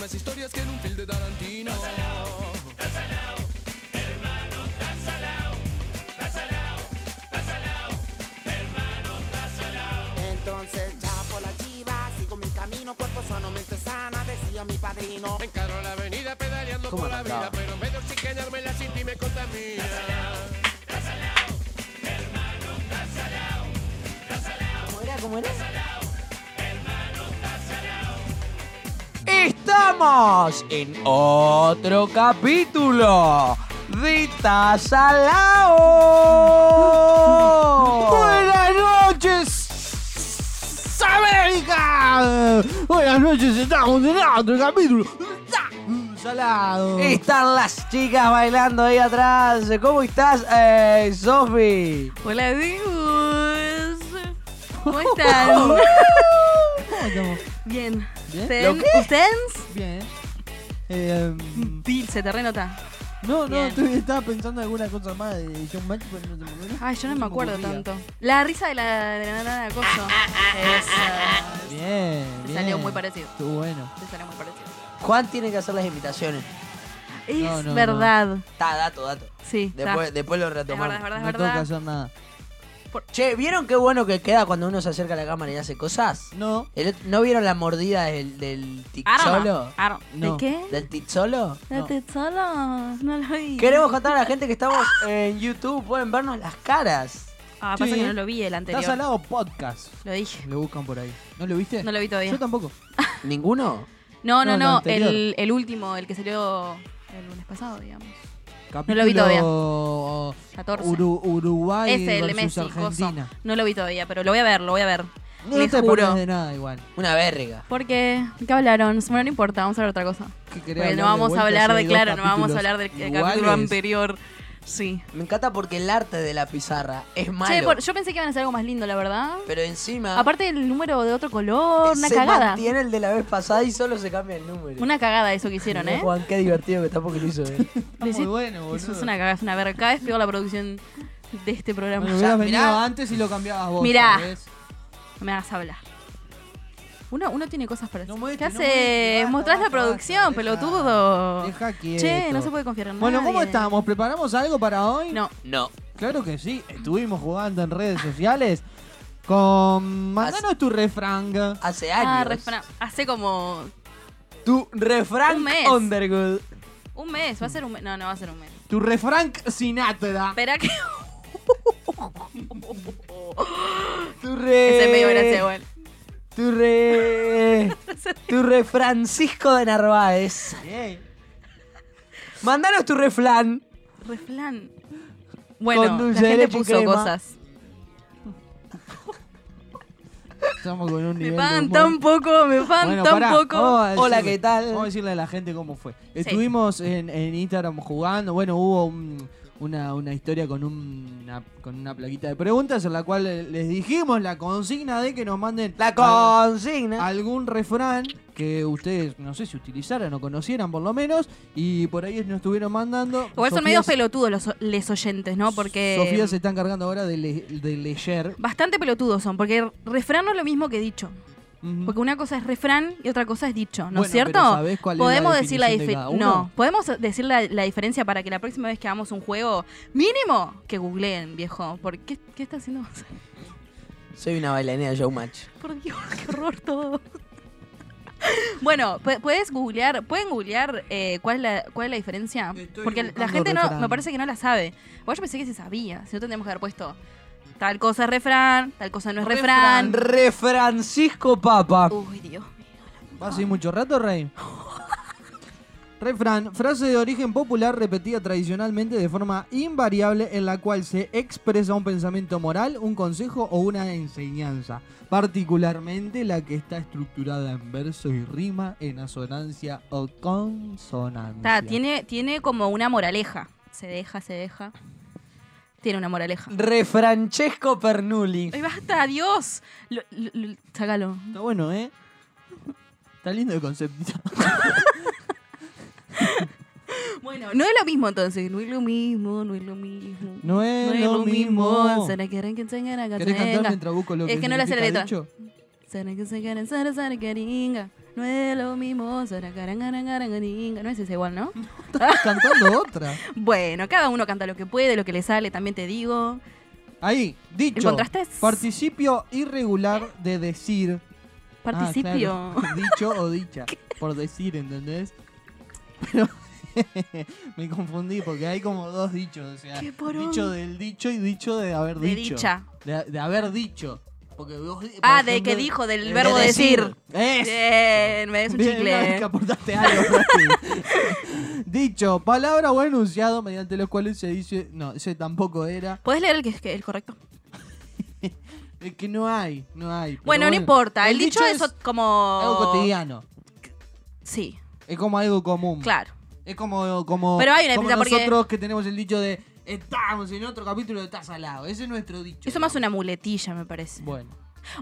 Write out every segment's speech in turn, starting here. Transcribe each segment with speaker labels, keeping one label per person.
Speaker 1: más historias que en un film de Tarantino.
Speaker 2: Entonces ya por la chiva sigo mi camino, cuerpo sano, mente sana, decía mi padrino.
Speaker 1: Encaro la avenida pedaleando
Speaker 3: ¿Cómo
Speaker 1: por la
Speaker 3: no?
Speaker 1: vida, pero en vez de oxigenarme la City me contamina.
Speaker 3: ¿Cómo era? ¿Cómo era? Estamos en otro capítulo de Tazalao. Buenas noches, América. Buenas noches, estamos en otro capítulo. Salado. Están las chicas bailando ahí atrás. ¿Cómo estás, eh, Sofi?
Speaker 4: Hola, amigos. ¿Cómo están? Bien.
Speaker 3: ¿Bien?
Speaker 4: ¿Ustedes?
Speaker 3: ¿Lo qué?
Speaker 4: ¿Ustedes?
Speaker 5: Bien. Eh,
Speaker 3: Mm.
Speaker 4: Til, se te renota.
Speaker 5: no, no,
Speaker 4: Bien.
Speaker 5: estoy- estaba pensando alguna cosa más de John Match, pero no se me ocurrió.
Speaker 4: Ay, yo no me acuerdo
Speaker 5: ocurría.
Speaker 4: tanto. La risa de la, de la nana de acoso. Esa.
Speaker 5: Bien,
Speaker 4: Te
Speaker 5: bien.
Speaker 4: salió muy parecido.
Speaker 5: Estuvo bueno.
Speaker 4: Te salió muy parecido.
Speaker 3: Juan tiene que hacer las invitaciones.
Speaker 4: Es
Speaker 5: no, no.
Speaker 4: verdad.
Speaker 3: Está, dato, dato.
Speaker 4: Sí, está.
Speaker 3: Después, después lo
Speaker 4: es verdad, es
Speaker 3: retomamos.
Speaker 4: verdad, es
Speaker 5: no tengo que
Speaker 4: verdad.
Speaker 5: hacer nada.
Speaker 3: Che, ¿vieron qué bueno que queda cuando uno se acerca a la cámara y hace cosas?
Speaker 5: No.
Speaker 3: El otro- ¿No vieron la mordida del, del
Speaker 4: Arma.
Speaker 3: tizzolo?
Speaker 4: Arma.
Speaker 5: No.
Speaker 4: ¿De qué?
Speaker 3: ¿Del tizzolo?
Speaker 5: No.
Speaker 4: Date solo. No lo vi.
Speaker 3: Queremos contar a la gente que estamos en YouTube, pueden vernos las caras.
Speaker 4: Ah, pasa
Speaker 5: Sí.
Speaker 4: que no lo vi el anterior.
Speaker 5: Estás al lado podcast.
Speaker 4: Lo dije.
Speaker 5: Lo buscan por ahí. ¿No lo viste?
Speaker 4: No lo vi todavía.
Speaker 5: Yo tampoco.
Speaker 3: ¿Ninguno?
Speaker 5: No,
Speaker 4: No, no,
Speaker 5: lo
Speaker 4: no.
Speaker 5: anterior.
Speaker 4: El, el último, el que salió el lunes pasado, digamos.
Speaker 5: Capítulo
Speaker 4: lo vi todavía. 14.
Speaker 5: Uru- Uruguay
Speaker 4: Ese, el de
Speaker 5: versus
Speaker 4: Messi,
Speaker 5: Argentina.
Speaker 4: coso. No lo vi todavía, pero lo voy a ver, lo voy a ver.
Speaker 5: No
Speaker 4: Les
Speaker 5: te
Speaker 4: juro.
Speaker 5: pones de nada igual.
Speaker 3: Una verga.
Speaker 4: Porque, ¿qué hablaron? Bueno, no importa, vamos a hablar de otra cosa.
Speaker 5: ¿Qué querés
Speaker 4: Porque no
Speaker 5: hablar de
Speaker 4: vamos a
Speaker 5: vuelta si
Speaker 4: hablar
Speaker 5: hay
Speaker 4: de,
Speaker 5: dos
Speaker 4: claro, no vamos a
Speaker 5: capítulos
Speaker 4: hablar del del
Speaker 5: iguales?
Speaker 4: capítulo anterior. Sí.
Speaker 3: Me encanta porque el arte de la pizarra es malo.
Speaker 4: Che, por- Ah, yo pensé que iban a hacer algo más lindo, la verdad.
Speaker 3: Pero encima
Speaker 4: Aparte el número de otro color, una
Speaker 3: se
Speaker 4: cagada.
Speaker 3: mantiene el de la vez pasada y solo se cambia el número.
Speaker 4: Una cagada eso que hicieron,
Speaker 3: Mirá,
Speaker 4: ¿eh?
Speaker 3: Juan, qué divertido que está porque lo hizo. eh.
Speaker 5: Está muy
Speaker 4: Decid-
Speaker 5: bueno, boludo.
Speaker 4: Eso es una cagada, es una verga. Cada vez peor la producción de este programa.
Speaker 5: Me
Speaker 3: Ya,
Speaker 5: hubieras venido
Speaker 3: mirá.
Speaker 5: antes y lo cambiabas vos.
Speaker 4: Mirá.
Speaker 5: ¿sabés?
Speaker 4: No me hagas hablar. Uno, uno tiene cosas para hacer.
Speaker 5: No muestres,
Speaker 4: ¿Qué
Speaker 5: no muestres,
Speaker 4: hace?
Speaker 5: basta,
Speaker 4: Mostrás la
Speaker 5: basta,
Speaker 4: producción,
Speaker 5: deja-
Speaker 4: pelotudo.
Speaker 5: Deja quieto.
Speaker 4: Che, no se puede confiar en
Speaker 5: Bueno, ¿cómo
Speaker 4: nadie.
Speaker 5: estamos? ¿Preparamos algo para hoy?
Speaker 4: No,
Speaker 3: No.
Speaker 5: Claro que sí. Estuvimos jugando en redes sociales con... Mandanos tu refrán.
Speaker 3: Hace años.
Speaker 4: ah, refra- hace como
Speaker 3: Tu
Speaker 4: Un
Speaker 3: refrán
Speaker 4: mes.
Speaker 3: Underwood.
Speaker 4: un mes, va a ser un mes. No, no va a ser un mes.
Speaker 5: Tu refrán Sinatra.
Speaker 4: Espera que.
Speaker 3: Tu re.
Speaker 4: Ese es
Speaker 5: Eh.
Speaker 4: medio gracia igual.
Speaker 3: Tu re. tu re Francisco de Narváez.
Speaker 5: Bien.
Speaker 3: Mandanos tu refrán.
Speaker 4: Reflan. Bueno,
Speaker 3: Con dulce
Speaker 4: la
Speaker 3: de
Speaker 4: gente
Speaker 3: leche y
Speaker 4: puso
Speaker 3: crema.
Speaker 4: cosas.
Speaker 5: Estamos con un
Speaker 4: Me
Speaker 5: nivel de
Speaker 4: pagan
Speaker 5: humor.
Speaker 4: tan poco, me pagan
Speaker 5: Bueno,
Speaker 4: tan
Speaker 5: pará, Oh,
Speaker 4: poco.
Speaker 5: vamos a
Speaker 3: Hola,
Speaker 5: decirle-
Speaker 3: ¿qué tal?
Speaker 5: Vamos a decirle a la gente cómo fue. Estuvimos en, en Instagram jugando. Bueno, hubo un- una, una historia con un- una, con una plaquita de preguntas en la cual eh, les dijimos la consigna de que nos manden
Speaker 6: Ah,
Speaker 3: La
Speaker 5: al-
Speaker 3: consigna.
Speaker 5: algún refrán que ustedes, no sé si utilizaran o conocieran por lo menos, y por ahí nos estuvieron mandando.
Speaker 4: Igual son
Speaker 5: Sofía
Speaker 4: medios
Speaker 5: se-
Speaker 4: pelotudos los les oyentes, ¿no? Porque.
Speaker 5: Sofía se está encargando ahora de, le- de leer.
Speaker 4: Bastante pelotudos son, porque refrán no es lo mismo que dicho.
Speaker 5: Ujú.
Speaker 4: Porque una cosa es refrán y otra cosa es dicho, ¿no
Speaker 5: Bueno,
Speaker 4: es cierto?
Speaker 5: pero ¿sabés cuál es la
Speaker 4: podemos decir la
Speaker 5: definición de
Speaker 4: dife-
Speaker 5: cada uno?
Speaker 4: No, podemos decir la, la diferencia para que la próxima vez que hagamos un juego mínimo que googleen, viejo. Porque qué, qué está haciendo?
Speaker 3: Soy una bailarina de Showmatch.
Speaker 4: Por Dios, qué horror todo. bueno, pu- puedes googlear, pueden googlear eh, cuál es la cuál es la diferencia,
Speaker 5: Estoy
Speaker 4: porque la
Speaker 5: buscando
Speaker 4: gente no
Speaker 5: refrán.
Speaker 4: me parece que no la sabe. Igual yo pensé que se sabía, si no tendríamos que haber puesto tal cosa es refrán, tal cosa no es refrán.
Speaker 3: Re Francisco Papa.
Speaker 4: Uy, Dios mío.
Speaker 5: ¿Va a seguir mucho rato, Rey? Refrán, frase de origen popular repetida tradicionalmente de forma invariable en la cual se expresa un pensamiento moral, un consejo o una enseñanza, particularmente la que está estructurada en verso y rima en asonancia o consonancia.
Speaker 4: Ta, tiene tiene como una moraleja. Se deja, se deja. Tiene una
Speaker 5: Mm.
Speaker 4: moraleja.
Speaker 3: Re Francesco Pernulli.
Speaker 4: Ay, basta, Dios. Lo- lo- lo- sácalo.
Speaker 5: Está bueno, ¿eh? Está lindo el concepto.
Speaker 4: Bueno, no es lo mismo entonces, no es lo mismo, no es lo mismo.
Speaker 5: No es lo mismo.
Speaker 4: Será que eran que enseñan a
Speaker 5: ¿Querés cantar
Speaker 4: Gatenga.
Speaker 5: mientras busco lo
Speaker 4: Es
Speaker 5: que
Speaker 4: que no la sé la
Speaker 5: significa
Speaker 4: letra.
Speaker 5: dicho?
Speaker 4: Sana que se quieren, sana, sana, caringa. No es lo mismo. saracarangarangarangaringa. No es ese igual, ¿no?
Speaker 5: Cantando otra.
Speaker 4: Bueno, cada uno canta lo que puede, lo que le sale, también te digo.
Speaker 5: Ahí, dicho.
Speaker 4: ¿Encontraste?
Speaker 5: Participio irregular de decir. Ah,
Speaker 4: Participio.
Speaker 5: claro. Dicho o dicha. Por decir, ¿entendés? Pero me confundí porque hay como dos dichos. O sea,
Speaker 4: Qué poronga.
Speaker 5: dicho del dicho y dicho de haber
Speaker 4: De
Speaker 5: dicho.
Speaker 4: dicha.
Speaker 5: De, de haber dicho. Porque vos- por
Speaker 4: Ah, de
Speaker 5: ejemplo,
Speaker 4: que dijo, del
Speaker 5: de
Speaker 4: verbo decir.
Speaker 5: Es.
Speaker 4: Bien, me des un
Speaker 5: Bien, una
Speaker 4: chicle. eh.
Speaker 5: vez que aportaste algo, Mati. Dicho, palabra o enunciado mediante los cuales se dice. No, ese tampoco era.
Speaker 4: ¿Podés leer el, que, que- el correcto?
Speaker 5: Es Eh, que no hay, no hay. pero
Speaker 4: Bueno, no importa. El, dicho, es
Speaker 5: es
Speaker 4: como.
Speaker 5: algo cotidiano.
Speaker 4: Sí,
Speaker 5: Es como algo común.
Speaker 4: claro.
Speaker 5: Es como, como,
Speaker 4: Pero hay una
Speaker 5: como
Speaker 4: distinta porque-
Speaker 5: nosotros que tenemos el dicho de estamos en otro capítulo de estás al lado. Ese es nuestro dicho.
Speaker 4: Eso más una muletilla, me parece.
Speaker 5: Bueno.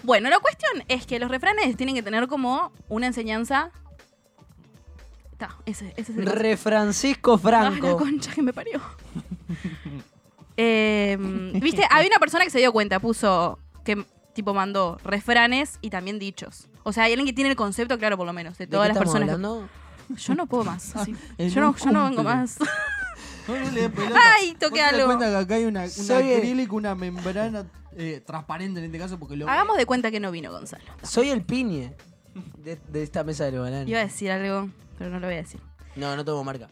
Speaker 4: Bueno, la cuestión es que los refranes tienen que tener como una enseñanza. Está, ese, ese es el
Speaker 6: Re Francisco
Speaker 4: Ah, la
Speaker 6: Franco.
Speaker 4: concha que me parió. Em, Viste, había una persona que se dio cuenta, puso que tipo mandó refranes y también dichos. O sea, hay alguien que tiene el concepto claro, por lo menos, de
Speaker 6: ¿De
Speaker 4: todas
Speaker 6: qué
Speaker 4: las
Speaker 6: estamos
Speaker 4: personas.
Speaker 6: hablando?
Speaker 4: Yo no puedo más. sí.
Speaker 5: En
Speaker 4: Yo,
Speaker 5: un
Speaker 4: no, yo no vengo
Speaker 5: cumple.
Speaker 4: más.
Speaker 5: No, no le des pelota.
Speaker 4: Ay, toqué
Speaker 5: ¿Vos te das
Speaker 4: algo.
Speaker 5: cuenta que acá hay una, una
Speaker 6: Soy el-
Speaker 5: acrílico, una membrana eh, transparente en este caso porque lo
Speaker 4: Hagamos de cuenta que no vino Gonzalo.
Speaker 6: Soy el piñe de, de esta mesa de los bananos.
Speaker 4: Iba a decir algo, pero no lo voy a decir.
Speaker 6: No, no tengo marca.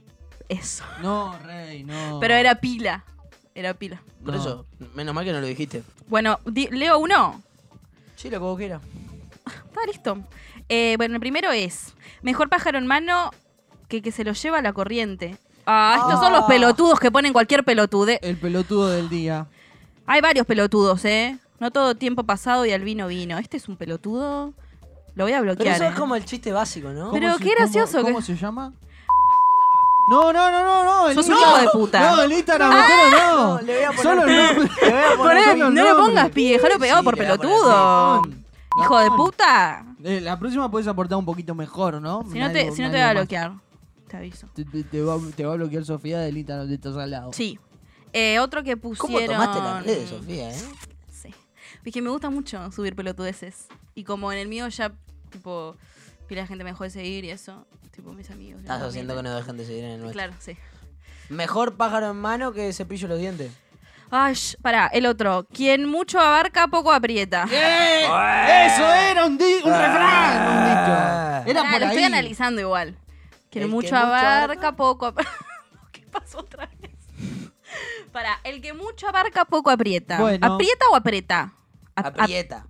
Speaker 4: Eso.
Speaker 5: No, rey, no.
Speaker 4: Pero era pila. Era pila.
Speaker 6: Por
Speaker 5: No.
Speaker 6: eso, menos mal que no lo dijiste.
Speaker 4: Bueno, di- leo uno.
Speaker 6: Sí, lo que vos quieras.
Speaker 4: Está listo. Eh, bueno, el primero es: Mejor pájaro en mano que que se lo lleva la corriente. Ah, estos son los
Speaker 6: Ah.
Speaker 4: pelotudos que ponen cualquier pelotude.
Speaker 5: El pelotudo del día.
Speaker 4: Hay varios pelotudos, ¿eh? No todo tiempo pasado y al vino vino. Este es un pelotudo. Lo voy a
Speaker 6: Pero
Speaker 4: bloquear.
Speaker 6: eso es
Speaker 4: ¿eh?
Speaker 6: como el chiste básico, ¿no?
Speaker 4: Pero
Speaker 5: ¿Cómo
Speaker 4: qué
Speaker 5: se- cómo-
Speaker 4: gracioso que-
Speaker 5: ¿Cómo se llama? No, no, no, no, no. el
Speaker 4: Sos un
Speaker 5: Insta-
Speaker 4: hijo de puta. Ah.
Speaker 5: No, el Instagram, entero no.
Speaker 6: No, le voy a poner-
Speaker 5: Solo el nombre.
Speaker 6: Le voy a poner-
Speaker 4: Poné-
Speaker 5: son los
Speaker 4: no lo
Speaker 5: nombres.
Speaker 4: pongas, pie, déjalo pegado
Speaker 6: Sí,
Speaker 4: por
Speaker 6: le voy a poner
Speaker 4: pelotudo.
Speaker 5: Gatón.
Speaker 4: Hijo de
Speaker 5: Gatón.
Speaker 4: puta.
Speaker 5: Eh, la próxima puedes aportar un poquito mejor, ¿no?
Speaker 4: Si no te,
Speaker 5: Algo-
Speaker 4: si no te voy
Speaker 5: algo más.
Speaker 4: a bloquear, te aviso.
Speaker 5: Te, te- te va, te va a bloquear Sofía del Instagram de estos al lado.
Speaker 4: Sí. Eh, otro que pusieron.
Speaker 6: ¿Cómo tomaste las redes, Sofía, eh?
Speaker 4: Sí. Es que me gusta mucho subir pelotudeces. Y como en el mío ya, tipo, pila de gente me dejó de seguir y eso. Tipo, mis amigos.
Speaker 6: Estás
Speaker 4: mi
Speaker 6: haciendo que
Speaker 4: familia.
Speaker 6: nos dejen de seguir en el nuestro.
Speaker 4: Claro, sí.
Speaker 6: Mejor pájaro en mano que cepillo los dientes.
Speaker 4: Ay, pará, el otro. Quien mucho abarca, poco aprieta.
Speaker 5: ¡Eh! ¡Eso era un, di- un
Speaker 6: Ah.
Speaker 5: refrán! Un dicho. Era
Speaker 4: Pará,
Speaker 5: por
Speaker 4: lo
Speaker 5: ahí.
Speaker 4: estoy analizando igual. Quien
Speaker 6: El que
Speaker 4: mucho
Speaker 6: mucho
Speaker 4: abarca,
Speaker 6: abarca-
Speaker 4: poco aprieta. ¿Qué pasó otra vez? Pará, el que mucho abarca, poco aprieta.
Speaker 5: Bueno.
Speaker 4: ¿Aprieta o aprieta? A- ap-
Speaker 6: Aprieta.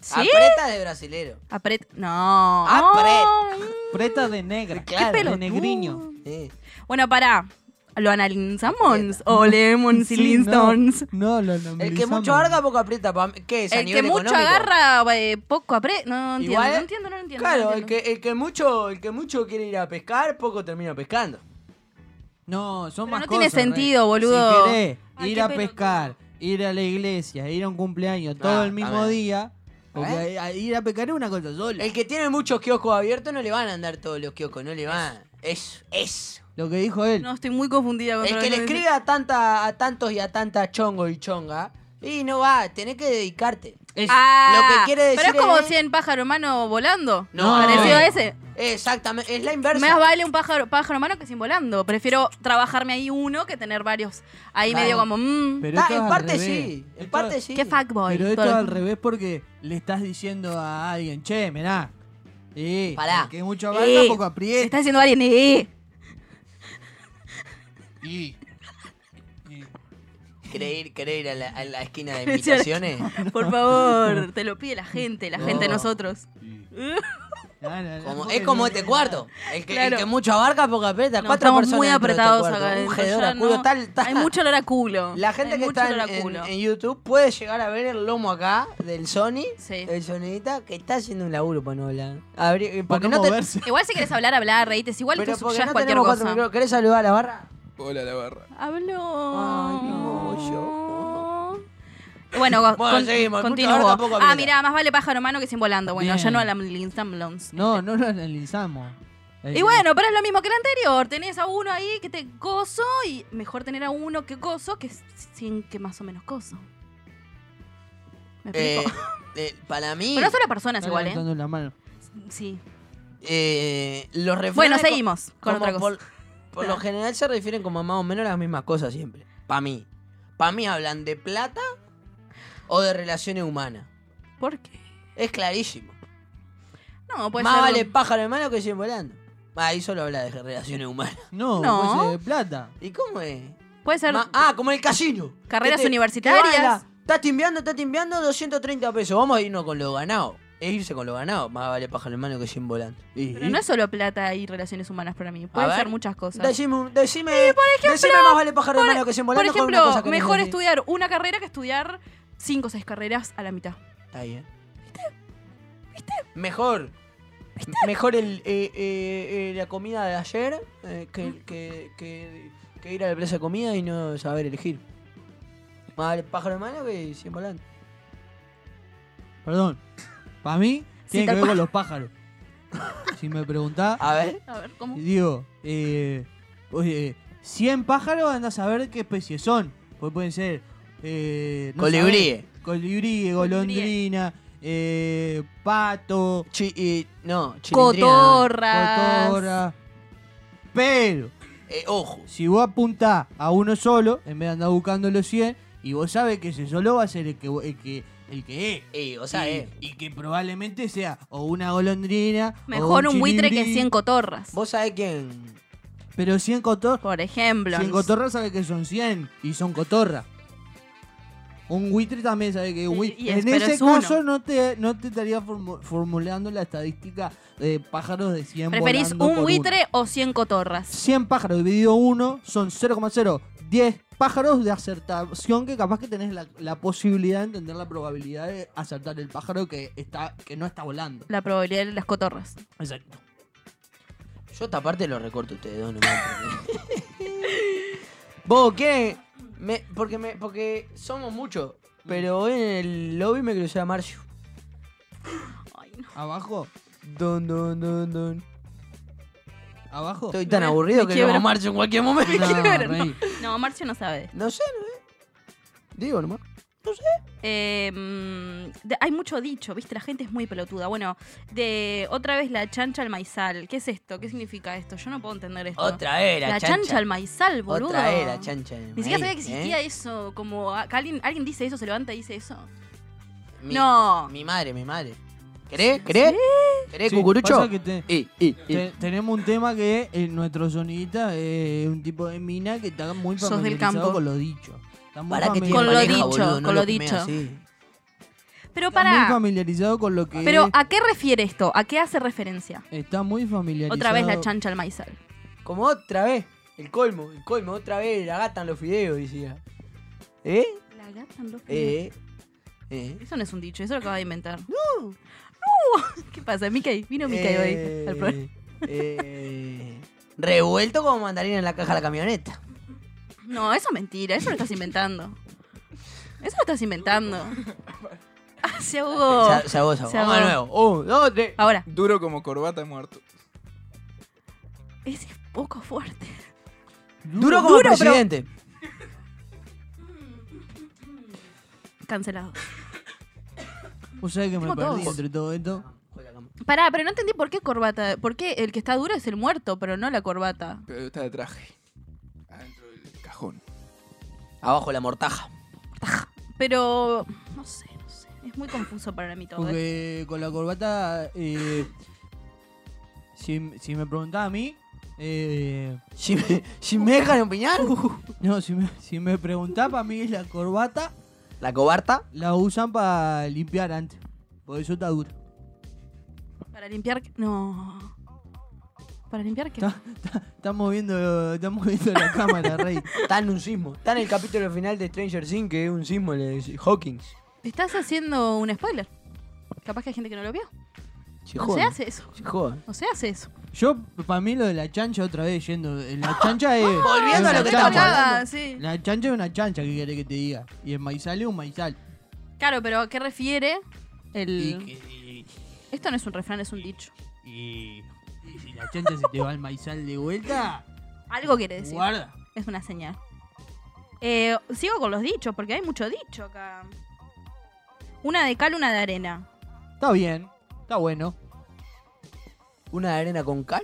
Speaker 4: ¿Sí?
Speaker 6: Aprieta de brasilero.
Speaker 4: Aprieta. No. Mm,
Speaker 6: Aprieta.
Speaker 5: Preta de negra.
Speaker 6: Claro,
Speaker 4: Qué pelotudo.
Speaker 5: de negriño.
Speaker 6: Sí.
Speaker 4: Bueno, pará. ¿Lo analizamos o leemos
Speaker 5: Sí,
Speaker 4: y Linstones?
Speaker 5: No, no, lo analizamos.
Speaker 6: El que mucho agarra, poco aprieta. pa- ¿Qué es? a
Speaker 4: El que
Speaker 6: nivel
Speaker 4: mucho
Speaker 6: económico?
Speaker 4: agarra, eh, poco aprieta. No, no entiendo,
Speaker 6: Igual-
Speaker 4: no entiendo, no entiendo.
Speaker 6: Claro,
Speaker 4: no
Speaker 6: el,
Speaker 4: entiendo.
Speaker 6: que, el, que mucho, el que mucho quiere ir a pescar, poco termina pescando.
Speaker 5: No, son
Speaker 4: Pero
Speaker 5: más
Speaker 4: no
Speaker 5: cosas.
Speaker 4: tiene
Speaker 5: Rey.
Speaker 4: sentido, boludo.
Speaker 5: Si querés
Speaker 4: Ay,
Speaker 5: ir
Speaker 4: qué
Speaker 5: a
Speaker 4: pelotudo.
Speaker 5: pescar, ir a la iglesia, ir a un cumpleaños
Speaker 6: Ah,
Speaker 5: todo el mismo
Speaker 6: también.
Speaker 5: día. Porque a- a- ir a pescar es una cosa sola.
Speaker 6: El que tiene muchos kioscos abiertos no le van a andar todos los kioscos, no le van. Eso, eso.
Speaker 5: Lo que dijo él.
Speaker 4: No, estoy muy confundida con
Speaker 6: El
Speaker 4: todo
Speaker 6: que
Speaker 4: lo
Speaker 6: le
Speaker 4: dice.
Speaker 6: escribe a, tanta, a tantos y a tanta chongo y chonga, y no va, tenés que dedicarte.
Speaker 5: Es-
Speaker 4: Ah,
Speaker 6: Lo que quiere decir
Speaker 4: Pero es como
Speaker 6: es-
Speaker 4: 100 pájaro humano volando.
Speaker 6: No,
Speaker 4: Parecido
Speaker 5: no.
Speaker 4: a ese.
Speaker 6: Exactamente, es la inversa.
Speaker 4: Más vale un pájaro, pájaro humano que sin volando. Prefiero trabajarme ahí uno que tener varios. Ahí
Speaker 6: Claro.
Speaker 4: medio como, mmm,
Speaker 5: Pero
Speaker 6: Ta-
Speaker 5: esto es
Speaker 6: en
Speaker 5: al
Speaker 6: parte
Speaker 5: revés.
Speaker 6: sí, en
Speaker 5: Esto-
Speaker 6: parte sí.
Speaker 4: qué fuckboy.
Speaker 5: Pero esto
Speaker 4: Todo
Speaker 5: es
Speaker 4: lo-
Speaker 5: al revés porque le estás diciendo a alguien, che, mirá. Eh,
Speaker 6: Pará.
Speaker 5: el Que mucho abarca,
Speaker 4: Eh,
Speaker 5: poco
Speaker 4: se
Speaker 5: aprieta.
Speaker 4: está diciendo alguien, eh.
Speaker 5: Y- y-
Speaker 6: ¿Querés ir, querés ir a, la, a la esquina de
Speaker 4: Decía-
Speaker 6: invitaciones?
Speaker 4: Por favor, te lo pide la gente, la gente de
Speaker 5: No.
Speaker 4: nosotros.
Speaker 5: Ah, la- la
Speaker 6: Como-
Speaker 5: puta
Speaker 6: es
Speaker 5: que
Speaker 6: como
Speaker 5: no-
Speaker 6: este cuarto. El que, el
Speaker 4: Claro.
Speaker 6: que mucho abarca, poco aprieta.
Speaker 4: No,
Speaker 6: Cuatro
Speaker 4: estamos
Speaker 6: personas
Speaker 4: muy
Speaker 6: dentro de este
Speaker 4: apretados
Speaker 6: cuarto.
Speaker 4: acá.
Speaker 6: Un
Speaker 4: dentro,
Speaker 6: hedor
Speaker 4: ya
Speaker 6: a culo,
Speaker 4: no-
Speaker 6: tal, tal.
Speaker 4: Hay mucho olor a culo.
Speaker 6: La gente
Speaker 4: Hay
Speaker 6: que
Speaker 4: mucho olor
Speaker 6: está
Speaker 4: a
Speaker 6: en,
Speaker 4: culo.
Speaker 6: en YouTube puede llegar a ver el lomo acá del Sony,
Speaker 4: Sí.
Speaker 6: el sonidita, que está haciendo un laburo para no hablar. Abrí- eh,
Speaker 5: Para
Speaker 6: porque no,
Speaker 5: no
Speaker 6: te-
Speaker 5: moverse.
Speaker 4: Igual si quieres hablar, hablar, reíte. Si Igual
Speaker 6: pero
Speaker 4: tú
Speaker 6: porque
Speaker 4: ya
Speaker 6: no
Speaker 4: cualquier
Speaker 6: tenemos cuatro
Speaker 4: cosa.
Speaker 6: micrófonos. ¿Querés saludar a la barra?
Speaker 7: Hola, la barra.
Speaker 4: Habló.
Speaker 6: no,
Speaker 4: Bueno, con-
Speaker 6: Bueno,
Speaker 4: con-
Speaker 6: seguimos,
Speaker 4: continúo.
Speaker 6: mucho ahora tampoco
Speaker 4: ah,
Speaker 6: habla.
Speaker 4: mirá, más vale pájaro humano que sin volando. Bueno, ya
Speaker 5: Bien.
Speaker 4: no a la Linstam Loans.
Speaker 5: No, no lo analizamos. Eh,
Speaker 4: Y bueno, pero es lo mismo que el anterior. Tenés a uno ahí que te coso y mejor tener a uno que coso que s- sin que más o menos coso. ¿Me
Speaker 6: Eh,
Speaker 4: explico?
Speaker 6: eh, para mí.
Speaker 4: pero no solo personas
Speaker 5: está
Speaker 4: igual, ¿eh?
Speaker 5: levantando la mano.
Speaker 4: Sí.
Speaker 6: eh, los refranes
Speaker 4: Bueno,
Speaker 6: co-
Speaker 4: seguimos con
Speaker 6: como
Speaker 4: otra cosa.
Speaker 6: Por, por lo general se refieren como más o menos a las mismas cosas siempre. Para mí. Para mí hablan de plata o de relaciones humanas.
Speaker 4: ¿Por qué?
Speaker 6: Es clarísimo.
Speaker 4: No, puede
Speaker 6: más
Speaker 4: ser.
Speaker 6: vale pájaro en mano que 100 volando. Ah, ahí solo habla de relaciones humanas.
Speaker 5: No,
Speaker 4: No.
Speaker 5: fuese de plata.
Speaker 6: ¿Y cómo es?
Speaker 4: Puede ser.
Speaker 6: Ma- ah, como el casino.
Speaker 4: Carreras
Speaker 6: Que que
Speaker 4: universitarias.
Speaker 6: baila. Está timbiando, está timbiando 230 pesos. Vamos a irnos con lo ganado. Es irse con lo ganado. Más vale pájaro en mano que 100 volando.
Speaker 4: Pero no es solo plata y relaciones humanas para mí. Pueden
Speaker 6: ver.
Speaker 4: ser muchas cosas.
Speaker 6: Decime, un- decime, decime más vale pájaro en
Speaker 4: por-
Speaker 6: mano que 100
Speaker 4: Por
Speaker 6: volando. con una
Speaker 4: ejemplo,
Speaker 6: cosa que no
Speaker 4: mejor
Speaker 6: es así.
Speaker 4: estudiar una carrera que estudiar cinco o seis carreras a la mitad.
Speaker 6: Está bien. Mejor. Mejor el, eh, eh, eh, la comida de ayer eh, que, que, que, que ir a la plaza de comida y no saber elegir. Más vale pájaro en mano que 100 volando.
Speaker 5: Perdón. Para mí, tiene que
Speaker 4: tal
Speaker 5: ver
Speaker 4: cual.
Speaker 5: con los pájaros. si me preguntás,
Speaker 6: A ver.
Speaker 4: A ver, ¿cómo?
Speaker 5: digo, eh, oye, 100 pájaros andás a ver qué especies son. Pues pueden ser. Eh, no
Speaker 6: Colibríes.
Speaker 5: sabés, colibríes, golondrina, eh, pato,
Speaker 6: Chi- y- no, chilindrina.
Speaker 4: Cotorras.
Speaker 5: cotorra. Pero,
Speaker 6: Eh, ojo.
Speaker 5: si vos apuntás a uno solo, en vez de andar buscando los 100, y vos sabés que ese solo va a ser el que, el que, el que es.
Speaker 6: Eh, o sea,
Speaker 5: y,
Speaker 6: eh,
Speaker 5: y que probablemente sea o una golondrina. o
Speaker 4: Mejor un buitre que
Speaker 5: chilindrín,
Speaker 4: 100 cotorras.
Speaker 6: vos sabés quién.
Speaker 5: Pero 100 cotorras.
Speaker 4: Por ejemplo.
Speaker 5: 100 cotorras sabe que son 100 y son cotorras. Un buitre también sabe que es
Speaker 4: Y-
Speaker 5: buitre.
Speaker 4: y es-
Speaker 5: en
Speaker 4: pero
Speaker 5: ese
Speaker 4: es uno.
Speaker 5: caso no te, no te estaría formu- formulando la estadística de pájaros de 100
Speaker 4: ¿Preferís
Speaker 5: volando por
Speaker 4: un
Speaker 5: uno.
Speaker 4: buitre o 100 cotorras?
Speaker 5: 100 pájaros dividido 1 son 0,0. 10 pájaros de acertación que capaz que tenés la, la posibilidad de entender la probabilidad de acertar el pájaro que, está, que no está volando.
Speaker 4: La probabilidad de las cotorras.
Speaker 5: Exacto.
Speaker 6: Yo esta parte lo recorto a ustedes dos nomás. vos, ¿qué? Me- porque, me, porque somos muchos. Pero hoy en el lobby me crucé a Marcio.
Speaker 4: Ay, no.
Speaker 5: ¿Abajo?
Speaker 6: Don, don, don, don.
Speaker 5: ¿Abajo?
Speaker 6: Estoy tan
Speaker 4: Me-
Speaker 6: aburrido
Speaker 4: me
Speaker 6: que llamo a
Speaker 4: quiebro.
Speaker 6: Marcio en cualquier momento.
Speaker 5: No,
Speaker 4: Claro, no.
Speaker 5: rey.
Speaker 4: No, Marcio no sabe.
Speaker 6: No sé, no sé. Digo nomás.
Speaker 4: Eh, mm, de- hay mucho dicho, ¿viste? La gente es muy pelotuda. Bueno, de otra vez la chancha al maizal. ¿Qué es esto? ¿Qué significa esto? Yo no puedo entender esto.
Speaker 6: Otra era,
Speaker 4: la chancha. al maizal, boludo.
Speaker 6: Otra era, chancha. de
Speaker 4: Ni siquiera sabía
Speaker 6: maíz,
Speaker 4: que existía
Speaker 6: ¿eh?
Speaker 4: eso. Como a- que alguien, alguien dice eso, se levanta y dice eso.
Speaker 6: Mi-
Speaker 4: No.
Speaker 6: Mi madre, mi madre. ¿Querés? ¿Querés? ¿Querés,
Speaker 5: Sí,
Speaker 6: Eh, cucurucho?
Speaker 5: pasa que te-
Speaker 6: Y, y, y.
Speaker 5: Te- tenemos un tema que eh, nuestro sonidista es un tipo de mina que está muy
Speaker 4: Sos del
Speaker 5: familiarizado
Speaker 4: campo.
Speaker 5: con lo dicho. Está muy,
Speaker 6: Pará que tiene
Speaker 5: familiarizado-
Speaker 4: Con lo
Speaker 6: pareja,
Speaker 4: dicho,
Speaker 6: boludo, no
Speaker 4: con lo
Speaker 6: quemé
Speaker 4: dicho.
Speaker 6: así.
Speaker 4: Pero
Speaker 5: está muy
Speaker 4: para.
Speaker 5: familiarizado con lo que
Speaker 4: Pero
Speaker 5: es,
Speaker 4: ¿a qué refiere esto? ¿A qué hace referencia?
Speaker 5: está muy familiarizado.
Speaker 4: Otra vez la chancha al maizal.
Speaker 6: Como otra vez. El colmo, el colmo. Otra vez la gatan los fideos, decía. ¿Eh?
Speaker 4: La gata en los pies.
Speaker 6: Eh. Eh.
Speaker 4: Eso no es un dicho, eso lo acaba de inventar. No. No. ¿Qué pasa? Mickey, vino Mickey hoy al programa.
Speaker 6: eh, eh. Revuelto como mandarina en la caja de la camioneta.
Speaker 4: No, eso es mentira, eso lo estás inventando. Eso lo estás inventando. Ah, se ahogó.
Speaker 6: Se, Oh. se abusó.
Speaker 4: Se Ah,
Speaker 6: Vamos de
Speaker 4: ahogó.
Speaker 6: nuevo. Un, dos, tres.
Speaker 4: Ahora,
Speaker 7: Duro como corbata muerto.
Speaker 4: ese es poco fuerte.
Speaker 6: Duro como
Speaker 4: Duro, pero-
Speaker 6: presidente.
Speaker 4: Cancelado.
Speaker 5: O sea que me
Speaker 4: Tengo
Speaker 5: perdí
Speaker 4: todos.
Speaker 5: entre todo esto.
Speaker 4: Pará, pero no entendí por qué corbata. ¿Por qué el que está duro es el muerto, pero no la corbata?
Speaker 7: Pero está de traje. Adentro del cajón.
Speaker 6: Abajo la mortaja.
Speaker 4: Pero. No sé, no sé. Es muy confuso para mí todo. ¿eh?
Speaker 5: Porque con la corbata, eh, si, si me preguntás a mí, eh,
Speaker 6: Si me, si me dejan opinar.
Speaker 5: no, si me, si me preguntás para mí la corbata
Speaker 6: La cobarta.
Speaker 5: la usan para limpiar antes. Por eso está dura.
Speaker 4: Para limpiar. No. ¿Para limpiar qué?
Speaker 5: Está- Estamos viendo, estamos viendo la cámara, Rey.
Speaker 6: Está en un sismo. Está en el capítulo final de Stranger Things, que es un sismo de Hawkins.
Speaker 4: Te estás haciendo un spoiler. Capaz que hay gente que no lo vio.
Speaker 6: Se
Speaker 4: No
Speaker 6: joda.
Speaker 4: se hace eso.
Speaker 6: Se joda.
Speaker 4: No se hace eso.
Speaker 5: Yo, para mí, lo de la chancha otra vez yendo. eh, La chancha es.
Speaker 6: Volviendo
Speaker 5: es
Speaker 6: a lo
Speaker 5: una
Speaker 6: que
Speaker 5: chancha.
Speaker 6: estamos hablando.
Speaker 4: Ah, sí.
Speaker 5: La chancha es una chancha, ¿qué querés que te diga? Y el maizal es un maizal.
Speaker 4: Claro, pero ¿a qué refiere
Speaker 5: Y,
Speaker 4: el.
Speaker 5: que- y-
Speaker 4: Esto no es un refrán, es un dicho.
Speaker 5: y- y si la chancha se te va al maizal de vuelta,
Speaker 4: Algo quiere decir.
Speaker 5: guarda.
Speaker 4: Es una señal. Eh, sigo con los dichos, porque hay mucho dicho acá. Una de cal, una de arena.
Speaker 5: Está bien, está bueno.
Speaker 6: ¿Una arena con cal?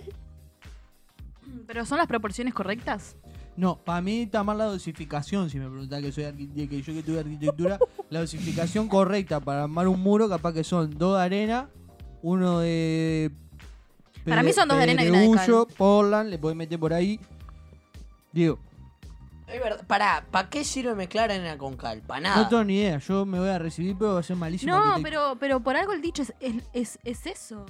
Speaker 4: ¿Pero son las proporciones correctas?
Speaker 5: No, para mí está mal la dosificación. Si me preguntás que soy arquitecto, que yo que tuve arquitectura, la dosificación correcta para armar un muro, capaz que son dos de arena, uno de.
Speaker 4: Para mí son dos de arena y una de cal.
Speaker 5: Pedregullo, Portland, le podés meter por ahí. Digo,
Speaker 6: Es verdad. Pará, ¿para qué sirve mezclar arena con cal? Para nada.
Speaker 5: no tengo ni idea. Yo me voy a recibir, pero va a ser malísimo.
Speaker 4: Ah. No,
Speaker 5: arquitecto.
Speaker 4: pero, pero por algo el dicho es, es, es- es eso.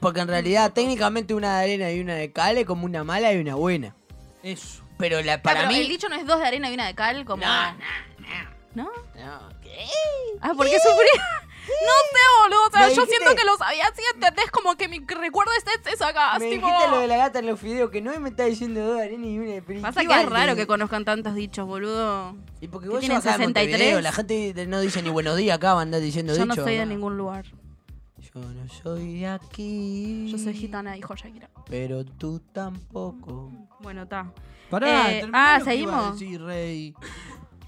Speaker 6: Porque en realidad, técnicamente, una de arena y una de cal es como una mala y una buena.
Speaker 5: Eso.
Speaker 6: Pero la,
Speaker 4: Ah,
Speaker 6: para
Speaker 4: pero
Speaker 6: mí.
Speaker 4: el dicho no es dos de arena y una de cal, como...
Speaker 6: No,
Speaker 4: ¿No?
Speaker 6: No, ¿qué?
Speaker 4: Ah, ¿por qué sufrí? No sé, boludo. O sea,
Speaker 6: Me
Speaker 4: yo
Speaker 6: dijiste-
Speaker 4: siento que lo sabía así, ¿entendés? Como que mi recuerdo es ese, es acá.
Speaker 6: Me
Speaker 4: tipo-
Speaker 6: dijiste lo de la gata en los fideos, que no me está diciendo dos de arena y una de pero ¿y
Speaker 4: Pasa
Speaker 6: qué
Speaker 4: que es
Speaker 6: vale?
Speaker 4: raro que conozcan tantos dichos, boludo.
Speaker 6: Y porque
Speaker 4: que
Speaker 6: vos
Speaker 4: tienen
Speaker 6: sos acá en
Speaker 4: 63.
Speaker 6: Montevideo, la gente te- no dice ni buenos días acá, van a andar diciendo
Speaker 4: Yo no
Speaker 6: dicho.
Speaker 4: soy de ningún lugar.
Speaker 6: Yo no soy de aquí.
Speaker 4: Yo soy gitana, dijo Shakira.
Speaker 6: Pero tú tampoco.
Speaker 4: Bueno, está.
Speaker 5: Pará,
Speaker 4: Eh,
Speaker 5: terminá
Speaker 4: ah,
Speaker 5: lo que iba a
Speaker 4: ¿seguimos?
Speaker 5: decir, Rey.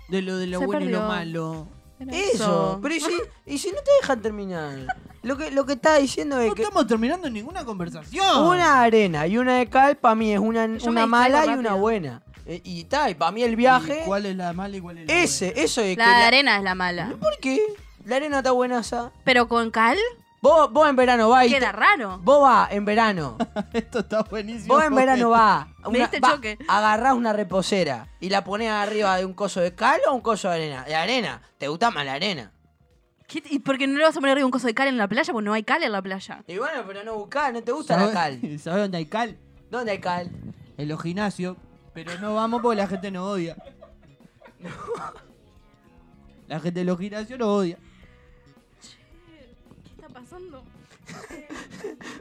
Speaker 5: De lo de lo
Speaker 4: Se
Speaker 5: bueno y lo
Speaker 4: perdió.
Speaker 5: malo.
Speaker 6: Eso. Pero y si, y si no te dejan terminar. Lo que, lo que está diciendo es
Speaker 5: No
Speaker 6: que
Speaker 5: estamos terminando ninguna conversación.
Speaker 6: una arena y una de cal para mí es una,
Speaker 4: me
Speaker 6: una
Speaker 4: distraigo
Speaker 6: mala y una
Speaker 4: rápido.
Speaker 6: buena. Eh, y está, y para mí el
Speaker 5: ¿Y
Speaker 6: viaje.
Speaker 5: ¿Cuál es la mala y cuál es la
Speaker 6: Ese, eso es
Speaker 4: La
Speaker 6: que.
Speaker 4: de
Speaker 6: la-
Speaker 4: arena es la mala.
Speaker 6: ¿Por qué? La arena está buenaza.
Speaker 4: Pero con cal
Speaker 6: Vos, vos en verano vas y.
Speaker 4: queda
Speaker 6: te-
Speaker 4: raro.
Speaker 6: Vos vas en verano.
Speaker 5: buena? Esto está buenísimo.
Speaker 6: Vos en verano vas.
Speaker 4: Este, Me diste
Speaker 6: va-
Speaker 4: choque.
Speaker 6: Agarrás una reposera y la ponés arriba de un coso de cal o un coso de arena. De arena. ¿Te gusta más la arena?
Speaker 4: ¿Qué- ¿Y por qué no le vas a poner arriba un coso de cal en la playa? Porque no hay cal en la playa.
Speaker 6: Y bueno, pero no buscás, no te gusta la cal.
Speaker 5: ¿Sabes dónde hay cal?
Speaker 6: ¿Dónde hay cal?
Speaker 5: En los gimnasios. Pero no vamos porque la gente nos odia. La gente de los gimnasios nos odia.
Speaker 4: ¿Qué está pasando?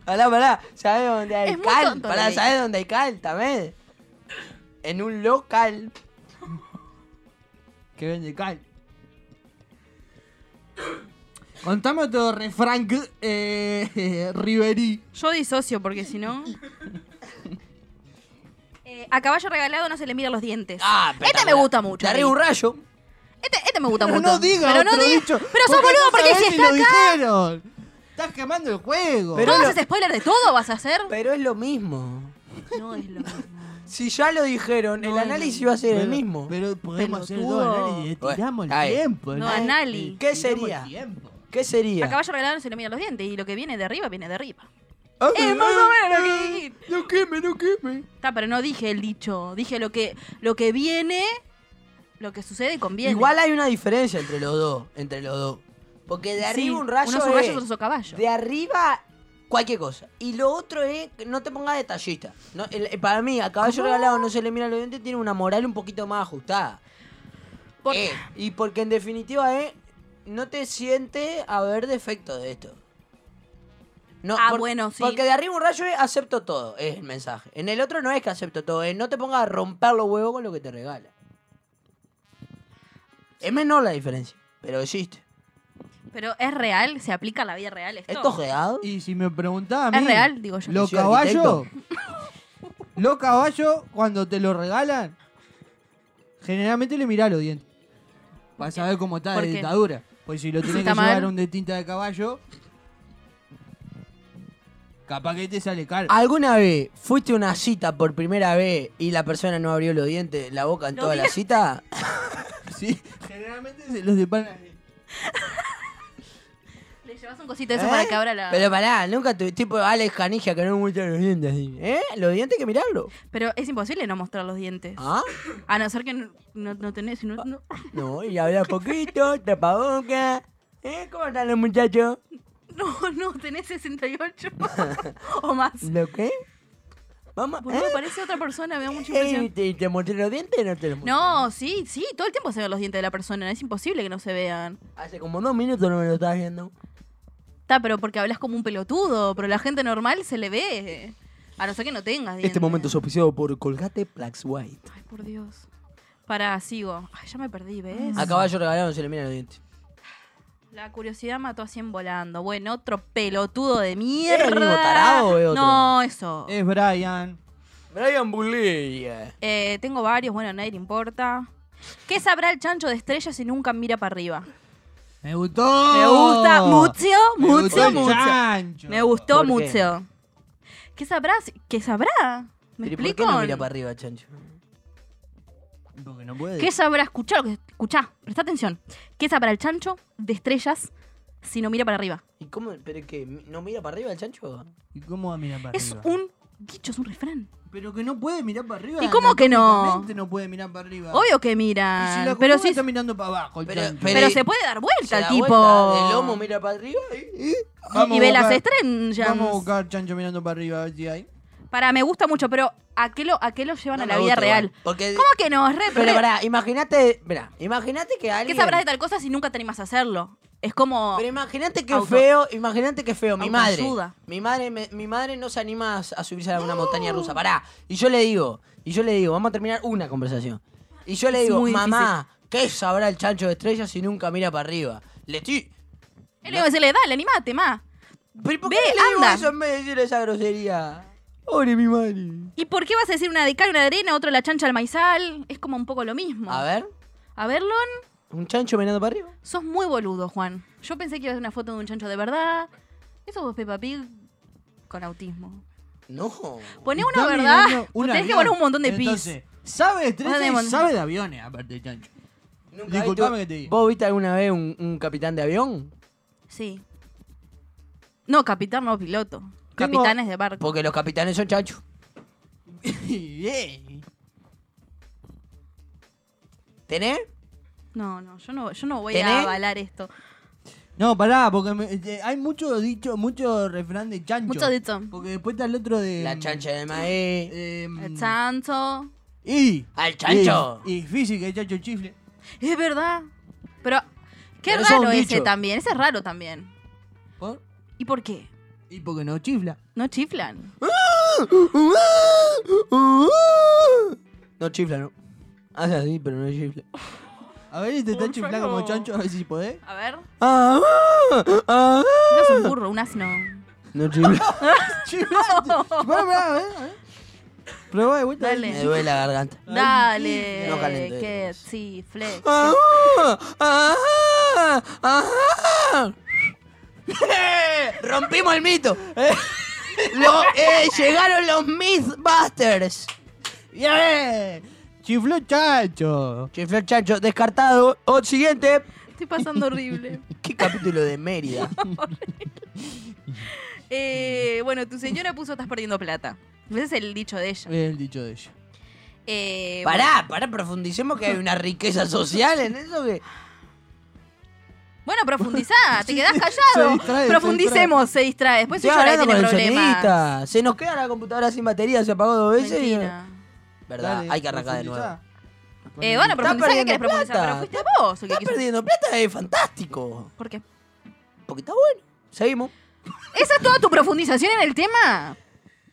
Speaker 6: Pará, pará, ¿sabes dónde hay
Speaker 4: Es muy
Speaker 6: cal?
Speaker 4: tonto lo
Speaker 6: Pará,
Speaker 4: que
Speaker 6: ¿sabes dónde hay cal también? En un local.
Speaker 5: Que vende cal. Contame otro refrán eh, Riverí.
Speaker 4: Yo disocio porque si no. Eh, a caballo regalado no se le mira los dientes.
Speaker 6: Ah,
Speaker 4: este me
Speaker 6: espectacular.
Speaker 4: gusta mucho.
Speaker 6: Te arriba un rayo.
Speaker 4: Este, este me gusta
Speaker 5: Pero
Speaker 4: mucho.
Speaker 5: no digas
Speaker 4: pero no
Speaker 5: otro
Speaker 4: digas-
Speaker 5: dicho,
Speaker 4: Pero sos boludo
Speaker 5: no
Speaker 4: porque
Speaker 5: sabés
Speaker 4: si
Speaker 5: lo
Speaker 4: está acá.
Speaker 5: dijeron. Estás quemando el juego.
Speaker 6: Pero
Speaker 4: ¿Todos
Speaker 6: lo-
Speaker 4: haces spoiler de todo vas a hacer?
Speaker 6: Pero es lo mismo.
Speaker 4: No es lo mismo.
Speaker 6: Si ya lo dijeron, el
Speaker 4: es
Speaker 6: análisis va a ser el mismo.
Speaker 5: Pero podemos hacer
Speaker 4: Pelotudo.
Speaker 5: dos análisis. Estiramos el
Speaker 6: Bueno, ahí.
Speaker 5: tiempo.
Speaker 4: No,
Speaker 5: ¿no?
Speaker 4: anali.
Speaker 6: ¿Qué
Speaker 5: Estiramos el
Speaker 6: sería?
Speaker 5: tiempo.
Speaker 6: ¿Qué sería?
Speaker 4: A caballo regalado no se le mira los dientes y lo que viene de arriba viene de arriba.
Speaker 5: Ah,
Speaker 4: Es Eh, más o menos lo que dijiste.
Speaker 5: No queme, no queme.
Speaker 4: Está, pero no dije el dicho. Dije lo que, lo que viene, lo que sucede y conviene.
Speaker 6: Igual hay una diferencia entre los dos, entre los dos. Porque de
Speaker 4: Sí,
Speaker 6: arriba un rayo
Speaker 4: Uno es un rayo,
Speaker 6: es
Speaker 4: otro es un caballo.
Speaker 6: de arriba cualquier cosa. Y lo otro es que no te pongas detallista. No, el- el- para mí, a caballo regalado no se le mira los dientes, tiene una moral un poquito más ajustada.
Speaker 4: Por-
Speaker 6: Eh, y porque en definitiva es no te siente haber defecto de esto. No,
Speaker 4: Ah, bueno, sí.
Speaker 6: Porque de arriba un rayo es acepto todo, es el mensaje. En el otro no es que acepto todo, es no te pongas a romper los huevos con lo que te regala. Es menor la diferencia, pero existe.
Speaker 4: Pero es real, se aplica a la vida real esto.
Speaker 6: ¿Esto es real?
Speaker 5: Y si me preguntaba a mí.
Speaker 4: Es real, digo yo.
Speaker 5: Los
Speaker 6: Soy
Speaker 5: caballos. los caballos, cuando te lo regalan, generalmente le mirás los dientes. Para saber cómo está
Speaker 4: ¿Por
Speaker 5: de
Speaker 4: qué?
Speaker 5: dentadura. Pues si lo tenés que
Speaker 4: está mal?
Speaker 5: llevar a un de tinta de caballo. Capaz que te sale caro.
Speaker 6: ¿Alguna vez fuiste a una cita por primera vez y la persona no abrió los dientes, la boca en
Speaker 4: Lo
Speaker 6: toda
Speaker 4: vi.
Speaker 6: la cita?
Speaker 5: Sí, generalmente se los separan ahí.
Speaker 4: Le llevas un cosito de eso
Speaker 6: ¿Eh?
Speaker 4: para que abra la.
Speaker 6: Pero
Speaker 4: Pero,
Speaker 6: pará, nunca tuve tipo Alex Canija que no me gustan los dientes. así. ¿Eh? Los dientes hay que mirarlo.
Speaker 4: es imposible no mostrar los dientes.
Speaker 6: ¿Ah?
Speaker 4: A no ser que no, no- no tenés. No, no-
Speaker 6: No, y habla poquito, tapaboca. ¿Eh? ¿Cómo están los muchachos?
Speaker 4: no, no, tenés 68 o más.
Speaker 6: ¿Lo qué? Vamos.
Speaker 4: Boludo,
Speaker 6: ¿Eh?
Speaker 4: parece otra persona, me da mucha
Speaker 6: ¿Eh? ¿Y
Speaker 4: impresión.
Speaker 6: te, y te mostré los dientes o no te los mostré?
Speaker 4: No, sí, sí, todo el tiempo se ven los dientes de la persona, es imposible que no se vean.
Speaker 6: Hace como dos minutos no me lo estás viendo.
Speaker 4: Está, pero porque hablas como un pelotudo, pero la gente normal se le ve. A no ser que no tengas dientes.
Speaker 6: Este momento es auspiciado por Colgate Plax White.
Speaker 4: Ay, por Dios. Pará, sigo. Ay, ya me perdí, ¿ves?
Speaker 6: A caballo regalaron se le miran los dientes.
Speaker 4: La curiosidad mató a 100 volando. Bueno, otro pelotudo de
Speaker 6: ¿Es
Speaker 4: mierda.
Speaker 6: el mismo tarado o es otro?
Speaker 4: No, eso.
Speaker 5: Es Brian.
Speaker 6: Brian Bulia.
Speaker 4: Eh, tengo varios, bueno, a nadie le importa. ¿Qué sabrá el chancho de estrellas si nunca mira para arriba?
Speaker 5: Me gustó.
Speaker 4: Me gusta mucho,
Speaker 5: Me gustó
Speaker 4: mucho,
Speaker 5: el
Speaker 4: mucho.
Speaker 5: chancho.
Speaker 4: Me gustó
Speaker 6: ¿Por qué?
Speaker 4: mucho. ¿Qué sabrá? ¿Qué sabrá? ¿Me
Speaker 6: Pero ¿y
Speaker 4: explico?
Speaker 6: ¿Por qué no mira para arriba, chancho?
Speaker 5: Porque no puede.
Speaker 4: ¿Qué sabrá escuchar? Escuchá, presta atención. ¿Qué sabrá el chancho de estrellas si no mira para arriba?
Speaker 6: ¿Y cómo? ¿Pero qué? ¿No mira para arriba el chancho?
Speaker 5: ¿Y cómo va a mirar para
Speaker 4: Es
Speaker 5: arriba?
Speaker 4: un dicho, es un reflán.
Speaker 5: Pero que no puede mirar para arriba.
Speaker 4: ¿Y cómo que no?
Speaker 5: anatómicamente no puede mirar para arriba.
Speaker 4: Obvio que
Speaker 5: Y si
Speaker 4: mira.
Speaker 5: la
Speaker 4: Pero
Speaker 5: pero
Speaker 4: sí.
Speaker 5: está mirando para abajo. el
Speaker 6: Pero-
Speaker 5: chancho.
Speaker 6: pero-
Speaker 4: Pero se puede dar vuelta
Speaker 6: Se
Speaker 4: el
Speaker 6: da
Speaker 4: tipo.
Speaker 6: vuelta de lomo mira para arriba y...
Speaker 5: Vamos
Speaker 4: y
Speaker 5: a
Speaker 4: ve las
Speaker 5: buscar-
Speaker 4: estrellas.
Speaker 5: Vamos a buscar chancho mirando para arriba a ver si hay.
Speaker 4: Para, me gusta mucho, pero ¿a qué lo, a qué lo llevan
Speaker 6: No
Speaker 4: a
Speaker 6: me
Speaker 4: la vida
Speaker 6: gusta igual,
Speaker 4: real?
Speaker 6: porque-
Speaker 4: ¿Cómo que no? Es re-
Speaker 6: Pero
Speaker 4: re-
Speaker 6: pará, imagínate, mirá, imagínate que alguien...
Speaker 4: ¿Qué sabrás de tal cosa si nunca te animas a hacerlo? Es como.
Speaker 6: Pero imagínate qué
Speaker 4: Auto-
Speaker 6: feo, imagínate qué feo, mi madre.
Speaker 4: Autoayuda.
Speaker 6: Mi madre, me- mi madre no se anima a s- a subirse a una montaña rusa, pará. Y yo le digo, y yo le digo, vamos a terminar una conversación. Y yo le
Speaker 4: Es
Speaker 6: digo,
Speaker 4: muy
Speaker 6: mamá, ¿qué sabrá el chancho de estrellas si nunca mira para arriba? Le estoy...
Speaker 4: Él le iba a decirle, dale, animate, ma.
Speaker 6: ¿Pero por
Speaker 4: Ve,
Speaker 6: qué le digo
Speaker 4: anda.
Speaker 6: eso en vez de decir esa grosería?
Speaker 4: ¿Y por qué vas a decir una de cal, una de arena, otra la chancha al maizal? Es como un poco lo mismo.
Speaker 6: A ver,
Speaker 4: A ver, Lon,
Speaker 6: un chancho mirando para arriba.
Speaker 4: sos muy boludo, Juan. Yo pensé que ibas a hacer una foto de un chancho de verdad. Eso vos, Peppa Pig, con autismo.
Speaker 6: No.
Speaker 4: Poné
Speaker 5: Está
Speaker 4: una verdad.
Speaker 5: mirando un
Speaker 4: tenés que
Speaker 5: avión.
Speaker 4: poner un montón de pis.
Speaker 5: Entonces, sabe de estrellas
Speaker 4: Ponemos-
Speaker 5: y sabe de aviones, aparte de chancho.
Speaker 6: Nunca
Speaker 5: Disculpame
Speaker 6: vi-
Speaker 5: que te diga.
Speaker 6: ¿Vos viste alguna vez un, un capitán de avión?
Speaker 4: Sí. No, capitán, no piloto.
Speaker 5: Tengo-
Speaker 4: Capitanes de barco.
Speaker 6: Porque los capitanes son chanchos.
Speaker 5: Bien.
Speaker 6: ¿Tenés?
Speaker 4: No, no, yo no, yo no voy
Speaker 6: ¿Tenés?
Speaker 4: a avalar esto.
Speaker 5: No, pará, porque me- eh, hay mucho dicho, mucho refrán de chancho.
Speaker 4: Mucho dicho.
Speaker 5: Porque después está el otro de.
Speaker 6: La chancha de maíz.
Speaker 5: em,
Speaker 4: El chancho.
Speaker 5: y.
Speaker 6: ¡Al Ah, chancho!
Speaker 5: Y, y física, el chancho chifle.
Speaker 4: Es verdad. Pero qué
Speaker 6: Pero eso es
Speaker 4: raro
Speaker 6: un
Speaker 4: ese
Speaker 6: dicho.
Speaker 4: también. Ese es raro también. ¿Y por qué?
Speaker 5: Y porque no chifla.
Speaker 4: No chiflan.
Speaker 6: No chifla, ¿no? Hace
Speaker 5: Ah,
Speaker 6: así, pero no chifla.
Speaker 5: A ver si te está chiflando como chancho, a ver si podés.
Speaker 4: A ver.
Speaker 6: Ah, ah, ah.
Speaker 4: No es un burro, un asno.
Speaker 6: No chifla.
Speaker 5: Chiflaste. Pará, pará, a ver, a ver. Probá de vuelta.
Speaker 4: Dale.
Speaker 6: Me duele la garganta.
Speaker 4: Dale.
Speaker 6: No calentes.
Speaker 4: que chifle.
Speaker 6: Ah, ah, ah. ¡Rompimos el mito! Lo- eh, llegaron los Mythbusters.
Speaker 5: Bien. Chifló chancho.
Speaker 6: Chiflar chancho, descartado. O siguiente.
Speaker 4: Estoy pasando horrible.
Speaker 6: ¿Qué capítulo de Mérida?
Speaker 4: Eh, bueno, tu señora puso estás perdiendo plata. Ese es el dicho de ella.
Speaker 5: Es el dicho de ella.
Speaker 4: Eh,
Speaker 6: Pará, pará, profundicemos que hay una riqueza social en eso que.
Speaker 4: Bueno, profundizá, te quedás
Speaker 5: se
Speaker 4: callado.
Speaker 5: distrae, se
Speaker 4: Profundicemos, se distrae. Después
Speaker 6: Estoy
Speaker 4: ella ahora
Speaker 6: hablando
Speaker 4: tiene
Speaker 6: con el
Speaker 4: problemas.
Speaker 6: sonidista. Se nos queda la computadora sin batería, se apagó dos veces. y-
Speaker 4: Mentira.
Speaker 6: Verdad,
Speaker 5: Dale,
Speaker 6: hay que arrancar de nuevo.
Speaker 5: profundizá.
Speaker 4: Eh, bueno,
Speaker 6: Está
Speaker 4: profundizá, ¿qué
Speaker 6: perdiendo
Speaker 4: querés profundizar?
Speaker 6: plata.
Speaker 4: Pero fuiste vos. ¿o qué
Speaker 6: Está
Speaker 4: quiso-
Speaker 6: perdiendo plata, es fantástico.
Speaker 4: ¿Por qué?
Speaker 6: Porque está bueno. Seguimos.
Speaker 4: ¿Esa es toda tu profundización en el tema?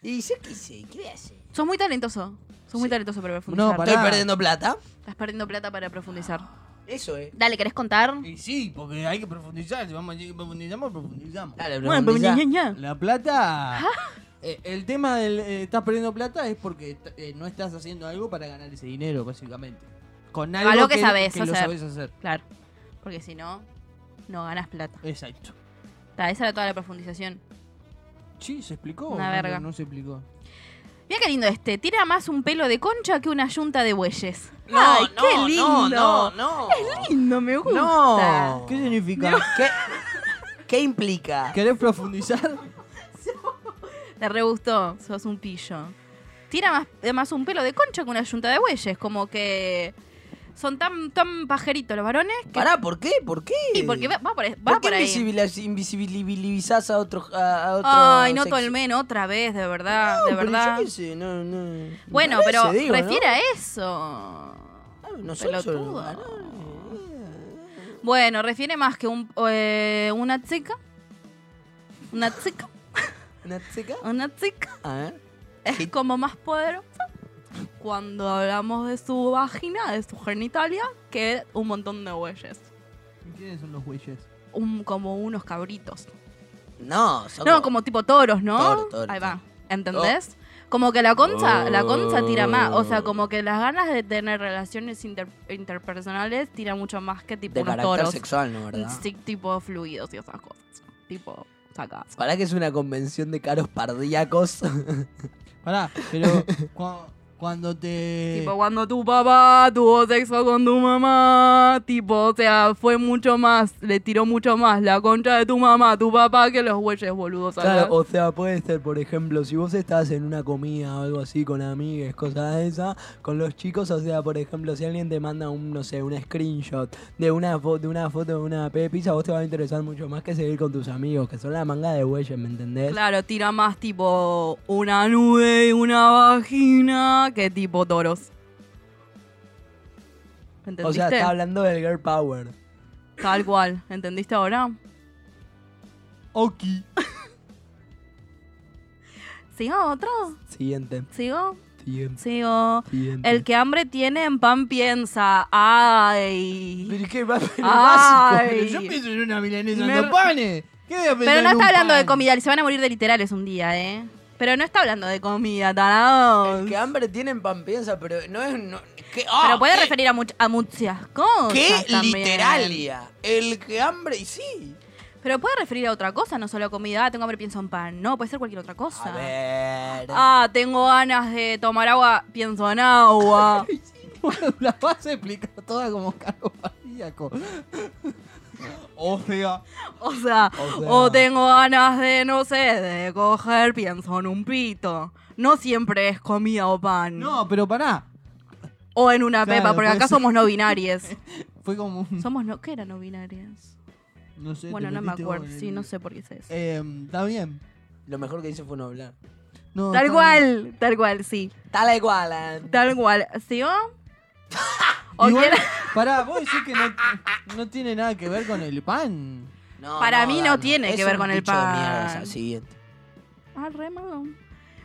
Speaker 6: Y sé qué sé, ¿qué voy a hacer?
Speaker 4: Sos muy talentoso. Sos muy talentoso para profundizar.
Speaker 5: No, pará.
Speaker 6: Estoy perdiendo plata.
Speaker 4: Estás perdiendo plata para profundizar.
Speaker 6: Eso es.
Speaker 4: Dale, ¿querés contar?
Speaker 5: Y sí, porque hay que profundizar. Si vamos a decir que profundizamos, profundizamos.
Speaker 6: Dale,
Speaker 4: Bueno, pero
Speaker 6: profundizá.
Speaker 4: ña, ña, Ah. ña.
Speaker 5: La plata. eh, el tema del eh, estás perdiendo plata es porque t- eh, no estás haciendo algo para ganar ese dinero, básicamente. Con algo,
Speaker 4: Algo que sabés
Speaker 5: que lo
Speaker 4: hacer.
Speaker 5: sabés hacer.
Speaker 4: Claro. Porque si no, no ganas plata.
Speaker 5: Exacto.
Speaker 4: Ta, esa era toda la profundización.
Speaker 5: Sí, se explicó.
Speaker 4: Una
Speaker 5: no,
Speaker 4: verga.
Speaker 5: No, se explicó.
Speaker 4: Mira qué lindo este. Tira más un pelo de concha que una yunta de bueyes.
Speaker 6: No,
Speaker 4: Ay,
Speaker 6: no,
Speaker 4: qué lindo.
Speaker 6: no, no, no.
Speaker 4: Es lindo, me gusta.
Speaker 6: No.
Speaker 5: ¿Qué significa?
Speaker 6: ¿Qué, qué implica?
Speaker 5: ¿Querés profundizar?
Speaker 4: Te re gustó, sos un pillo. Tira más, eh, más un pelo de concha que una yunta de bueyes, como que son tan, tan pajeritos los varones que...
Speaker 6: Pará, ¿por qué? ¿Por qué?
Speaker 4: Sí, porque va, va por, va
Speaker 6: ¿Por
Speaker 4: por
Speaker 6: qué
Speaker 4: ahí.
Speaker 6: invisibiliz- invisibilizás a otro, a, a otro
Speaker 4: Ay, no
Speaker 6: sexo?
Speaker 4: Tolmen, otra vez, de verdad, de
Speaker 6: No, pero
Speaker 4: verdad.
Speaker 6: yo qué sé, no, no.
Speaker 4: Bueno,
Speaker 6: Parece,
Speaker 4: pero
Speaker 6: digo, ¿no?
Speaker 4: refiere a eso.
Speaker 6: Ah, No son solo los
Speaker 4: Pelotudo.
Speaker 6: varones.
Speaker 4: Bueno, refiere más que un, eh, una chica. Una chica,
Speaker 6: ¿Una chica?
Speaker 4: una chica.
Speaker 6: A ver.
Speaker 4: Es como más poderosa cuando hablamos de su vagina, de su genitalia, que un montón de bueyes.
Speaker 5: ¿Quiénes son los güeyes?
Speaker 4: un- como unos cabritos.
Speaker 6: No, son
Speaker 4: No, como tipo toros, ¿no?
Speaker 6: Toro, toro,
Speaker 4: Ahí va.
Speaker 6: toro.
Speaker 4: ¿Entendés? Como que la concha, la concha tira más. O sea, como que las ganas de tener relaciones inter- interpersonales tira mucho más que tipo
Speaker 6: De
Speaker 4: unos
Speaker 6: carácter
Speaker 4: toros.
Speaker 6: sexual, ¿no? ¿Verdad?
Speaker 4: Sí, tipo fluidos y esas cosas. Tipo, sacas.
Speaker 6: ¿Para que es una convención de caros pardíacos?
Speaker 5: Pará, pero cua- cuando te.
Speaker 6: Eh,
Speaker 4: Tipo, cuando tu papá tuvo sexo con tu mamá, tipo, o sea, fue mucho más, le tiró mucho más la concha de tu mamá a tu papá que los bueyes boludos. ¿sabes?
Speaker 6: Claro, Ah, o sea, puede ser, por ejemplo, si vos estás en una comida o algo así con amigues, cosas de esas, con los chicos, o sea, por ejemplo, si alguien te manda un, no sé, un screenshot de una, fo- de una foto de una pe- pizza, vos te va a interesar mucho más que seguir con tus amigos, que son la manga de bueyes, ¿me entendés?
Speaker 4: Claro, tira más tipo una nube y una vagina que tipo toros. ¿Entendiste?
Speaker 6: O sea, está hablando del girl power.
Speaker 4: Tal cual. ¿Entendiste ahora?
Speaker 5: Ok.
Speaker 4: ¿Sigo otro?
Speaker 6: Siguiente,
Speaker 4: ¿Sigo?
Speaker 6: siguiente,
Speaker 4: Sigo.
Speaker 6: siguiente.
Speaker 4: El que hambre tiene en pan piensa. ¡Ay!
Speaker 6: Pero qué va- pero
Speaker 4: Ay.
Speaker 6: básico,
Speaker 5: Yo pienso en una milanesa
Speaker 4: Me-
Speaker 5: en dos panes. ¿Qué voy a pensar
Speaker 4: Pero no
Speaker 5: en un
Speaker 4: está hablando de
Speaker 5: pan?
Speaker 4: comida, se van a morir de literales un día, ¿eh? Pero no está hablando de comida, tarados.
Speaker 6: El que hambre tienen pan piensa, pero no es... no- que-
Speaker 4: Pero
Speaker 6: ¡Ah!
Speaker 4: puede
Speaker 6: ¡Qué-
Speaker 4: referir a, much- a muchas cosas.
Speaker 6: ¡Qué
Speaker 4: también.
Speaker 6: literalia! El que hambre... Y sí...
Speaker 4: Pero puede referir a otra cosa, no solo a comida. Ah, tengo hambre, pienso en pan. No, puede ser cualquier otra cosa.
Speaker 6: A ver.
Speaker 4: Ah, tengo ganas de tomar agua, pienso en agua.
Speaker 5: Bueno, la vas a explicar toda como caro pardíaco. O sea,
Speaker 4: O sea,
Speaker 5: O
Speaker 4: o,
Speaker 5: sea.
Speaker 4: tengo ganas de, no sé, de coger, pienso en un pito. No siempre es comida o pan.
Speaker 5: no, pero pará.
Speaker 4: O en una
Speaker 5: Claro,
Speaker 4: pepa, porque
Speaker 5: puede
Speaker 4: acá
Speaker 5: ser.
Speaker 4: somos no binarias.
Speaker 5: Fue como un.
Speaker 4: Somos no, ¿qué eran no binarias?
Speaker 5: No sé. te
Speaker 4: Bueno, no me
Speaker 5: metiste vos
Speaker 4: acuerdo,
Speaker 5: en el-
Speaker 4: sí, no sé por qué es eso.
Speaker 5: Eh, Está bien.
Speaker 6: Lo mejor que hice fue no hablar.
Speaker 5: No,
Speaker 4: Tal
Speaker 5: está bien.
Speaker 4: cual, tal cual, sí.
Speaker 6: Tal igual. eh.
Speaker 4: Tal cual. ¿Sí o? O
Speaker 5: Igual,
Speaker 4: quiera-
Speaker 5: pará, vos decís que no, no tiene nada que ver con el pan.
Speaker 6: No,
Speaker 4: Para mí no
Speaker 6: Dan,
Speaker 4: tiene
Speaker 6: Es
Speaker 4: que ver
Speaker 6: un
Speaker 4: con el
Speaker 6: bicho de
Speaker 4: pan.
Speaker 6: mierda, o sea, siguiente.
Speaker 4: Ah, re malo.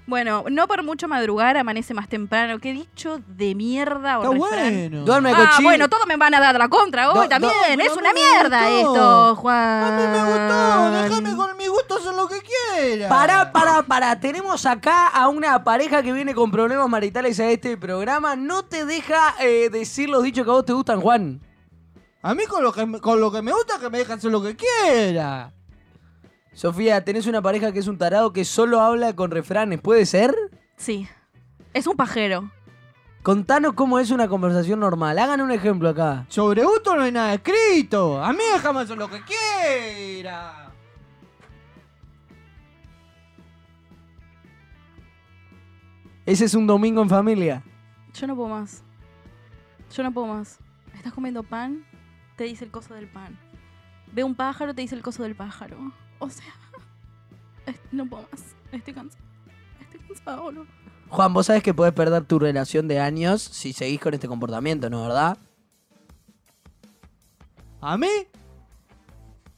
Speaker 4: Bueno, no por mucho madrugar, amanece más temprano. Qué dicho de mierda.
Speaker 5: Está
Speaker 4: o refrán.
Speaker 5: bueno.
Speaker 6: Duerme
Speaker 4: Ah,
Speaker 6: cochín.
Speaker 4: bueno, todos me van a dar la contra hoy
Speaker 5: Do- do-
Speaker 4: también.
Speaker 5: pero
Speaker 4: es
Speaker 5: a mí
Speaker 4: una
Speaker 5: me
Speaker 4: mierda
Speaker 5: gustó.
Speaker 4: esto, Juan.
Speaker 5: A mí me gustó, déjame con mis gustos en lo que quiera.
Speaker 6: Pará, pará, pará. Tenemos acá a una pareja que viene con problemas maritales a este programa. No te deja eh, decir los dichos que a vos te gustan, Juan.
Speaker 5: A mí con lo que, me- con lo que me gusta que me dejan hacer lo que quiera.
Speaker 6: Sofía, tenés una pareja que es un tarado que solo habla con refranes. ¿Puede ser?
Speaker 4: Sí. Es un pajero.
Speaker 6: Contanos cómo es una conversación normal. Hagan un ejemplo acá.
Speaker 5: Sobre gusto no hay nada escrito. A mí déjame hacer lo que quiera.
Speaker 6: Ese es un domingo en familia.
Speaker 4: Yo no puedo más. Yo no puedo más. Estás comiendo pan, te dice el coso del pan. Ve un pájaro, te dice el coso del pájaro. O sea, es- no puedo más. Estoy cansado. Estoy cansado, boludo.
Speaker 6: Juan, vos sabés que podés perder tu relación de años si seguís con este comportamiento, ¿no verdad?
Speaker 5: A mí,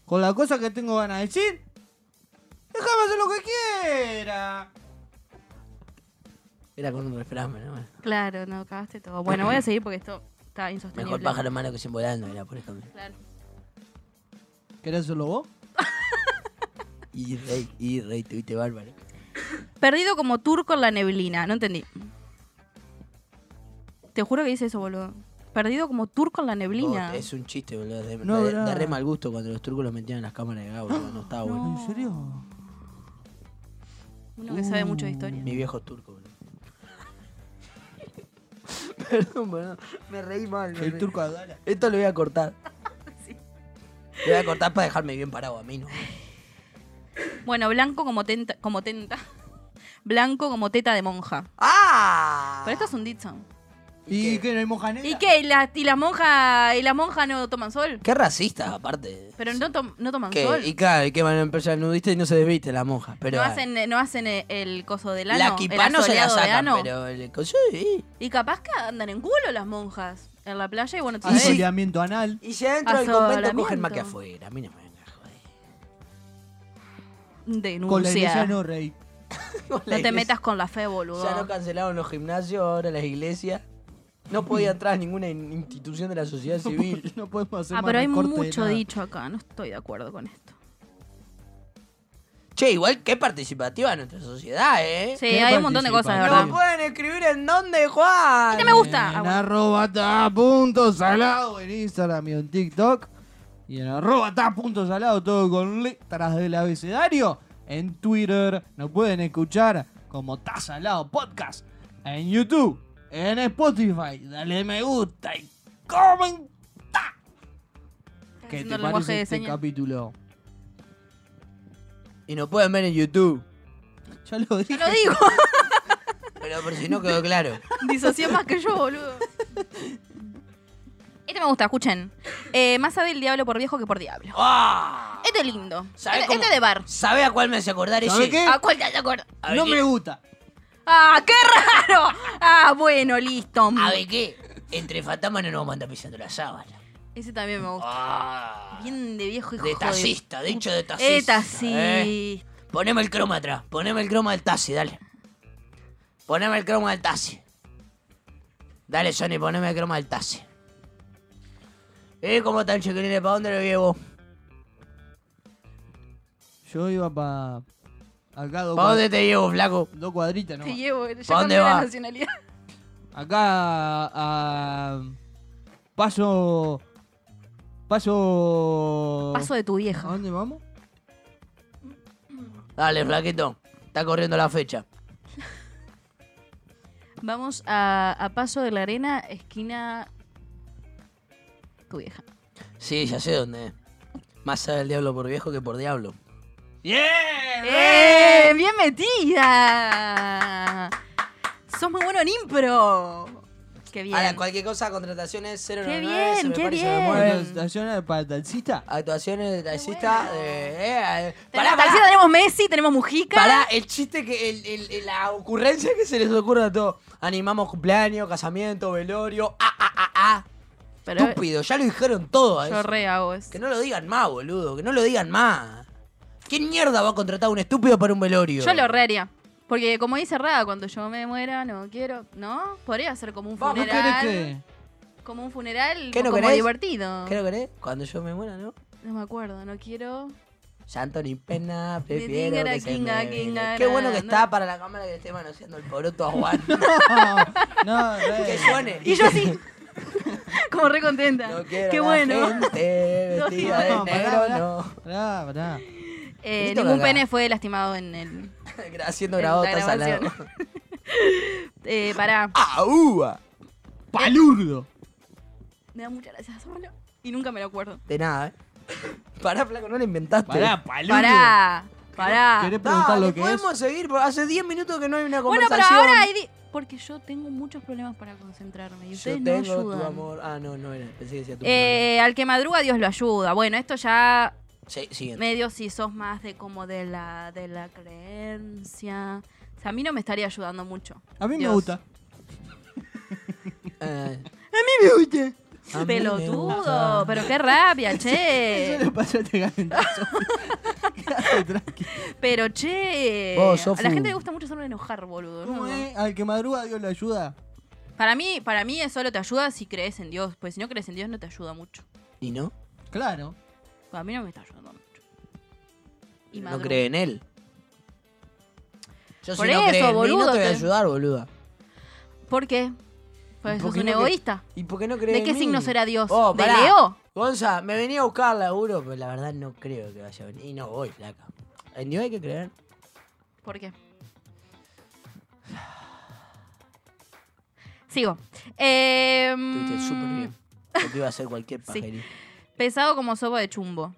Speaker 5: con la cosa que tengo ganas de decir, déjame hacer lo que quiera.
Speaker 6: Era con un refrán, pero bueno.
Speaker 4: Claro, no, cagaste todo. Bueno, voy a seguir porque esto está insostenible.
Speaker 6: Mejor pájaro en mano que sin volando, era por ejemplo.
Speaker 4: Claro.
Speaker 5: ¿Querés hacerlo vos?
Speaker 6: Y rey, y rey, te viste bárbaro.
Speaker 4: Perdido como turco en la neblina. No entendí. Te juro que dice eso, boludo. Perdido como turco en la neblina.
Speaker 6: Oh, es un chiste, boludo. De,
Speaker 5: No,
Speaker 6: de-
Speaker 5: bra.
Speaker 6: de re mal gusto cuando los turcos los metían en las cámaras de gas, boludo. No estaba bueno.
Speaker 5: ¿En serio?
Speaker 4: Uno que sabe mucho de historia.
Speaker 6: Mi viejo es turco, boludo. Perdón, boludo. Me reí mal. me
Speaker 5: El
Speaker 6: reí.
Speaker 5: turco Adara.
Speaker 6: Esto lo voy a cortar. Lo voy a cortar para dejarme bien parado a mí, ¿no?
Speaker 4: Bueno, blanco como tenta. Como tenta. Blanco como teta de monja.
Speaker 6: ¡Ah!
Speaker 4: Pero esto es un dicho.
Speaker 5: ¿Y qué? ¿No hay mojanera?
Speaker 4: ¿Y qué? ¿Y las y las monjas y las monjas no toman sol?
Speaker 6: Qué racistas, aparte.
Speaker 4: Pero no, tom- no toman
Speaker 6: Que-
Speaker 4: sol.
Speaker 6: y claro, y que van a empezar nudista y no se desviste la monja. Pero,
Speaker 4: No hacen, eh, no hacen eh, el coso del ano.
Speaker 6: la
Speaker 4: el
Speaker 6: quipa no se la
Speaker 4: asoleado de
Speaker 6: sacan,
Speaker 4: ano.
Speaker 6: pero el coso sí.
Speaker 4: Y capaz que andan en culo las monjas en la playa y bueno, te
Speaker 6: Y
Speaker 4: ves.
Speaker 6: si-
Speaker 5: Asoleamiento anal.
Speaker 6: Y si adentro del convento
Speaker 4: Asolamiento.
Speaker 6: cogen más que afuera. A mí no me venga, joder.
Speaker 5: Con la iglesia
Speaker 4: Denuncia. No
Speaker 5: no, rey.
Speaker 4: te metas con la fe, boludo.
Speaker 6: Ya no cancelaron los gimnasios, ahora las iglesias. No podía entrar a ninguna in- institución de la sociedad civil.
Speaker 5: No podemos hacer
Speaker 4: Ah,
Speaker 5: más
Speaker 4: pero hay
Speaker 5: recorte de
Speaker 4: mucho
Speaker 5: nada.
Speaker 4: dicho acá, no estoy de acuerdo con esto.
Speaker 6: Che, igual que participativa nuestra sociedad, ¿eh?
Speaker 4: Sí, hay un montón de cosas, de verdad.
Speaker 6: Nos pueden escribir en dónde, Juan.
Speaker 4: ¿Qué me gusta? Ah,
Speaker 5: En
Speaker 4: bueno.
Speaker 5: arroba ta punto salado en Instagram y en TikTok. Y en arroba ta punto salado, todo con letras del abecedario. En Twitter nos pueden escuchar como Ta Salado Podcast. En YouTube, en Spotify. Dale me gusta y comenta.
Speaker 4: Está
Speaker 5: ¿Qué
Speaker 4: haciendo
Speaker 5: te
Speaker 4: el lenguaje
Speaker 5: parece
Speaker 4: de
Speaker 5: este
Speaker 4: señas.
Speaker 5: capítulo?
Speaker 6: Y nos pueden ver en YouTube.
Speaker 5: Ya lo dije.
Speaker 4: Te lo digo.
Speaker 6: Pero por si no quedó claro.
Speaker 4: Disocié más que yo, boludo. Este me gusta, escuchen. Eh, más sabe el diablo por viejo que por diablo.
Speaker 6: ¡Ah!
Speaker 4: Este es lindo.
Speaker 6: ¿Sabe
Speaker 4: Este,
Speaker 6: cómo-
Speaker 4: este de bar.
Speaker 6: ¿Sabe a cuál me hace acordar
Speaker 5: ¿Sabe
Speaker 6: ese?
Speaker 5: qué?
Speaker 4: ¿A cuál te has acordado?
Speaker 6: A ver
Speaker 5: No
Speaker 6: qué-
Speaker 5: me gusta.
Speaker 4: ¡Ah, qué raro! Ah, bueno, listo.
Speaker 6: A ver qué. Entre fantasmas no nos vamos a andar pisando la sábana.
Speaker 4: Ese también me gusta.
Speaker 6: Ah.
Speaker 4: Bien de viejo hijo
Speaker 6: De taxista, de hecho de taxista.
Speaker 4: De
Speaker 6: eh.
Speaker 4: taxi.
Speaker 6: Poneme el croma atrás. Poneme el croma del taxi, dale. Poneme el croma del taxi. Dale, Sony, poneme el croma del taxi. ¿Eh? ¿Cómo están, chiquilines? ¿Para dónde lo llevo?
Speaker 5: Yo iba para. Acá dos,
Speaker 6: ¿Para
Speaker 5: cua-
Speaker 6: dónde te llevo, flaco?
Speaker 5: dos cuadritas, ¿no?
Speaker 4: Te llevo, ya
Speaker 6: ¿Pa dónde
Speaker 4: cambié
Speaker 6: va?
Speaker 4: la nacionalidad.
Speaker 5: Acá a, paso paso
Speaker 4: Paso de tu
Speaker 5: ¿A
Speaker 4: vieja.
Speaker 5: dónde vamos?
Speaker 6: Dale, flaquito. Está corriendo la fecha.
Speaker 4: Vamos a, a Paso de la Arena, esquina. Tu vieja.
Speaker 6: Sí, ya sé dónde. es. Más sabe el diablo por viejo que por diablo.
Speaker 4: ¡Eh! ¡Bien metida! ¡Sos muy bueno en impro! ¡Qué bien!
Speaker 6: Ahora, cualquier cosa, contrataciones
Speaker 4: Qué
Speaker 6: 099. se me
Speaker 4: bien, qué
Speaker 6: pare, se me
Speaker 4: bien.
Speaker 6: mueve.
Speaker 4: Bueno.
Speaker 5: estación para taxista?
Speaker 6: Actuaciones de taxista. eh, eh, eh.
Speaker 4: Tenemos
Speaker 6: Pará,
Speaker 4: Tarcita,
Speaker 6: pará.
Speaker 4: tenemos Messi, tenemos Mujica.
Speaker 6: Pará, el chiste que. el- el- el- la ocurrencia que se les ocurre a todos. Animamos cumpleaños, casamiento, velorio. ¡Ah, ah, ah, ah!
Speaker 4: Pero
Speaker 6: Estúpido, ya lo dijeron todo. a
Speaker 4: yo
Speaker 6: eso.
Speaker 4: re hago eso.
Speaker 6: Que no lo digan más, boludo. Que no lo digan más. ¿Quién mierda va a contratar a un estúpido para un velorio?
Speaker 4: Yo lo re haría. Porque como dice Rada, cuando yo me muera, no quiero. ¿No? Podría ser como un
Speaker 6: Vos no
Speaker 5: ¿No querés
Speaker 4: funeral.
Speaker 5: que?
Speaker 4: Como un funeral,
Speaker 6: ¿Qué no
Speaker 4: como
Speaker 6: querés?
Speaker 4: divertido.
Speaker 6: ¿Qué lo querés? Cuando yo me muera, ¿no?
Speaker 4: No me acuerdo, no quiero.
Speaker 6: Llanto ni pena, prefiero
Speaker 4: tingara,
Speaker 6: que se
Speaker 4: kinga,
Speaker 6: me vele.
Speaker 4: kinga,
Speaker 6: Qué bueno que
Speaker 4: na,
Speaker 6: está para la cámara que esté manoseando el poroto a Juan.
Speaker 5: No, no,
Speaker 6: que suene.
Speaker 4: Y yo así. como re contenta.
Speaker 6: No quiero
Speaker 4: Qué
Speaker 6: la
Speaker 4: bueno.
Speaker 6: gente
Speaker 4: No,
Speaker 6: vestida de
Speaker 5: no,
Speaker 6: negro,
Speaker 5: pará, pará.
Speaker 6: no.
Speaker 5: Pará, pará.
Speaker 4: Eh,
Speaker 6: Grito
Speaker 4: ningún
Speaker 6: cagá.
Speaker 4: pene fue lastimado en el.
Speaker 6: Haciendo
Speaker 4: En
Speaker 6: grabado
Speaker 4: la
Speaker 6: está salado.
Speaker 4: grabación. Eh, pará.
Speaker 6: ¡Aúa!
Speaker 5: ¡Palurdo!
Speaker 4: Me da muchas gracias, Pablo. Y nunca me lo acuerdo.
Speaker 6: De nada, eh. Pará, flaco, no lo inventaste.
Speaker 5: Pará, palurdo.
Speaker 4: Pará, pará.
Speaker 5: ¿Querés preguntar
Speaker 6: Dale,
Speaker 5: lo que es?
Speaker 6: podemos seguir, porque hace 10 minutos que no hay una
Speaker 4: Bueno,
Speaker 6: conversación.
Speaker 4: pero ahora hay di- Porque yo tengo muchos problemas para concentrarme. Y
Speaker 6: Yo
Speaker 4: ustedes
Speaker 6: tengo
Speaker 4: no ayudan.
Speaker 6: tu amor. Ah, no, no era. Pensé que decía tu
Speaker 4: Eh, al que madruga, Dios lo ayuda. Bueno, esto ya
Speaker 6: problema. Sí, siguiente.
Speaker 4: medio si sos más de como de la, de la creencia. O sea, a mí no me estaría ayudando mucho.
Speaker 5: A mí
Speaker 4: Dios.
Speaker 5: me gusta.
Speaker 6: Eh, A mí me gusta.
Speaker 4: Pelotudo, pero qué rabia, che.
Speaker 5: Pasa este calentazo. Quédate tranqui.
Speaker 4: Pero che.
Speaker 6: Vos sos
Speaker 4: a la
Speaker 6: un-
Speaker 4: gente le gusta mucho solo enojar, boludo.
Speaker 5: ¿Cómo
Speaker 4: ¿no?
Speaker 5: es? eh, Al que madruga Dios le ayuda.
Speaker 4: Para mí, para mí eso solo te ayuda si crees en Dios, pues si no crees en Dios no te ayuda mucho.
Speaker 6: ¿Y no?
Speaker 5: Claro.
Speaker 4: A mí no me está ayudando mucho. Y
Speaker 6: No
Speaker 4: madrugo.
Speaker 6: cree en él. Yo
Speaker 4: Por
Speaker 6: si no
Speaker 4: eso,
Speaker 6: creo en mí,
Speaker 4: boludo,
Speaker 6: no te voy a
Speaker 4: te-
Speaker 6: ayudar, boluda.
Speaker 4: ¿Por qué? Pues sos
Speaker 6: Porque
Speaker 4: un
Speaker 6: no cre-
Speaker 4: egoísta.
Speaker 6: ¿Y por qué no crees
Speaker 4: ¿De qué signo será Dios?
Speaker 6: Oh,
Speaker 4: ¿De
Speaker 6: pará.
Speaker 4: Leo?
Speaker 6: Gonza, me venía a buscar laburo, pero la verdad no creo que vaya a venir. Y no voy, flaca. En Dios hay que creer.
Speaker 4: ¿Por qué? Sigo. Eh,
Speaker 6: Estuviste súper bien. Yo te iba a hacer cualquier
Speaker 4: Sí.
Speaker 6: pajería.
Speaker 4: pesado como sopa de chumbo.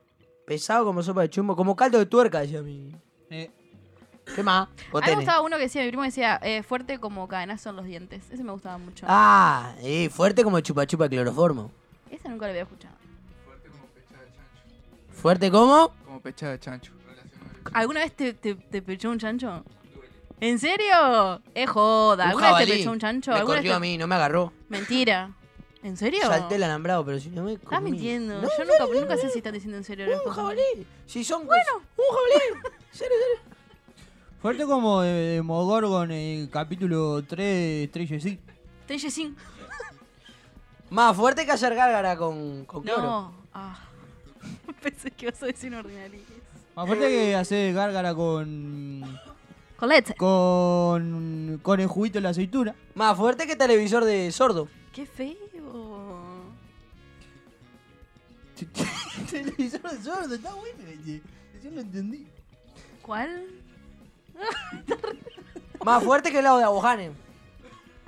Speaker 6: Pesado como sopa de chumbo, como caldo de tuerca, decía mi.
Speaker 5: Eh,
Speaker 6: ¿Qué más?
Speaker 4: A
Speaker 6: Vos
Speaker 4: mí me
Speaker 6: tenés.
Speaker 4: gustaba uno que decía, mi primo decía, eh, fuerte como cadenazo en los dientes. Ese me gustaba mucho.
Speaker 6: Ah, eh, fuerte como chupa chupa de cloroformo.
Speaker 4: Ese nunca lo había escuchado.
Speaker 7: Fuerte como pecha de chancho.
Speaker 6: Fuerte como.
Speaker 7: Como pecha de chancho.
Speaker 4: ¿Alguna vez te, te, te pechó un chancho? ¿En serio? Es joda. ¿Alguna
Speaker 6: un
Speaker 4: vez te
Speaker 6: jabalí.
Speaker 4: pechó un chancho?
Speaker 6: Me
Speaker 4: ¿Alguna vez
Speaker 6: corrió
Speaker 4: te-
Speaker 6: a mí, no me agarró.
Speaker 4: Mentira. ¿En serio?
Speaker 6: Salté el alambrado, pero si no me.
Speaker 4: Estás
Speaker 6: comí.
Speaker 4: mintiendo. Yo
Speaker 6: No, en
Speaker 4: nunca,
Speaker 6: serio,
Speaker 4: nunca
Speaker 6: no,
Speaker 4: sé
Speaker 6: no.
Speaker 4: si estás diciendo en serio las
Speaker 6: Un
Speaker 4: cosas.
Speaker 6: jabalí. Si son. Bueno, un jabalí. Serio, serio.
Speaker 5: Fuerte como de, de Mogorgon en el capítulo 3 Estrella sí.
Speaker 4: Ten yesin.
Speaker 6: Más fuerte que hacer gárgara con, con cloro.
Speaker 4: No. Ah. Pensé que ibas a decir ordinarias.
Speaker 5: Más fuerte que hacer gárgara con.
Speaker 4: Colette.
Speaker 5: con. con el juguito de la aceituna.
Speaker 6: Más fuerte que televisor de sordo.
Speaker 4: Qué feo.
Speaker 5: Televisor de sordo, está bueno, che. Yo lo entendí.
Speaker 4: ¿Cuál?
Speaker 6: Más fuerte que el lado de Abujane.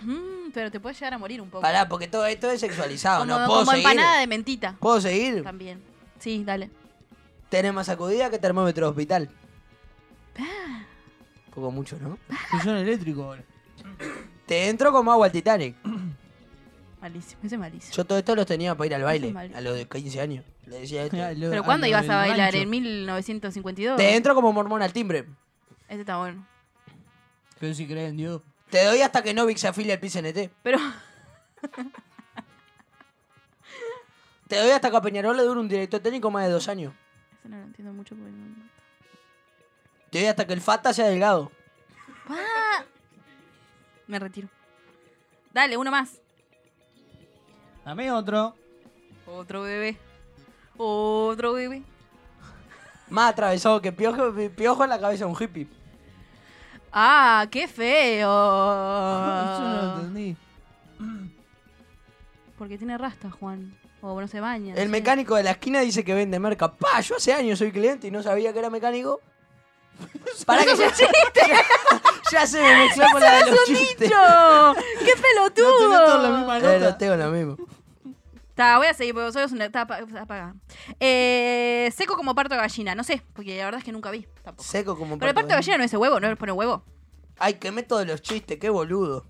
Speaker 4: Mm, pero te puedes llegar a morir un poco.
Speaker 8: Pará, porque todo esto es sexualizado,
Speaker 4: como
Speaker 8: ¿no? ¿Puedo
Speaker 4: como
Speaker 8: seguir?
Speaker 4: empanada de mentita.
Speaker 6: ¿Puedo seguir?
Speaker 4: También. Sí, dale.
Speaker 6: Tenés más sacudida que termómetro de hospital. Un poco mucho, ¿no?
Speaker 5: Pulsón eléctrico ahora.
Speaker 6: Te entro como agua al Titanic.
Speaker 4: Malísimo, ese es malísimo.
Speaker 6: Yo todo esto los tenía para ir al baile
Speaker 4: mal.
Speaker 6: a los de 15 años. Le decía esto.
Speaker 5: Ah,
Speaker 4: ¿Pero cuándo ibas a bailar? ¿En 1952?
Speaker 6: Te entro como mormón al timbre.
Speaker 4: Ese Este está bueno.
Speaker 5: Pero si creen, Dios.
Speaker 6: Te doy hasta que Novik se afilie al PCNT.
Speaker 4: Pero
Speaker 6: Te doy hasta que a Peñarol le dure un director técnico más de dos años.
Speaker 4: ese no lo entiendo mucho porque no-
Speaker 6: Te doy hasta que el Fata sea delgado.
Speaker 4: ¡Ah! Me retiro. Dale, uno más.
Speaker 5: Dame otro.
Speaker 4: Otro bebé. Otro bebé.
Speaker 6: Más atravesado que piojo, piojo en la cabeza de un hippie.
Speaker 4: ¡Ah, qué
Speaker 5: Yo no lo
Speaker 4: feo!
Speaker 5: entendí.
Speaker 4: Porque tiene rasta, Juan. O no se baña. no
Speaker 6: El
Speaker 4: sé.
Speaker 6: mecánico de la esquina dice que vende merca. Pa, yo hace años soy cliente y no sabía que era mecánico. Para que ya, ya se me mezcló con la de los chistes.
Speaker 4: ¡Yo! ¡Qué
Speaker 5: No tenés todas las
Speaker 4: pelotudo!
Speaker 5: mismas
Speaker 6: Eh,
Speaker 5: notas.
Speaker 6: lo tengo lo mismo.
Speaker 4: Está, voy a seguir porque soy una. Está apa- apagada. Eh, seco como parto de gallina. No sé, porque la verdad es que nunca vi tampoco.
Speaker 6: Seco como un
Speaker 4: Pero el
Speaker 6: pato
Speaker 4: parto de gallina no es ese huevo, no es poner huevo.
Speaker 6: Ay, qué método de los chistes, qué boludo.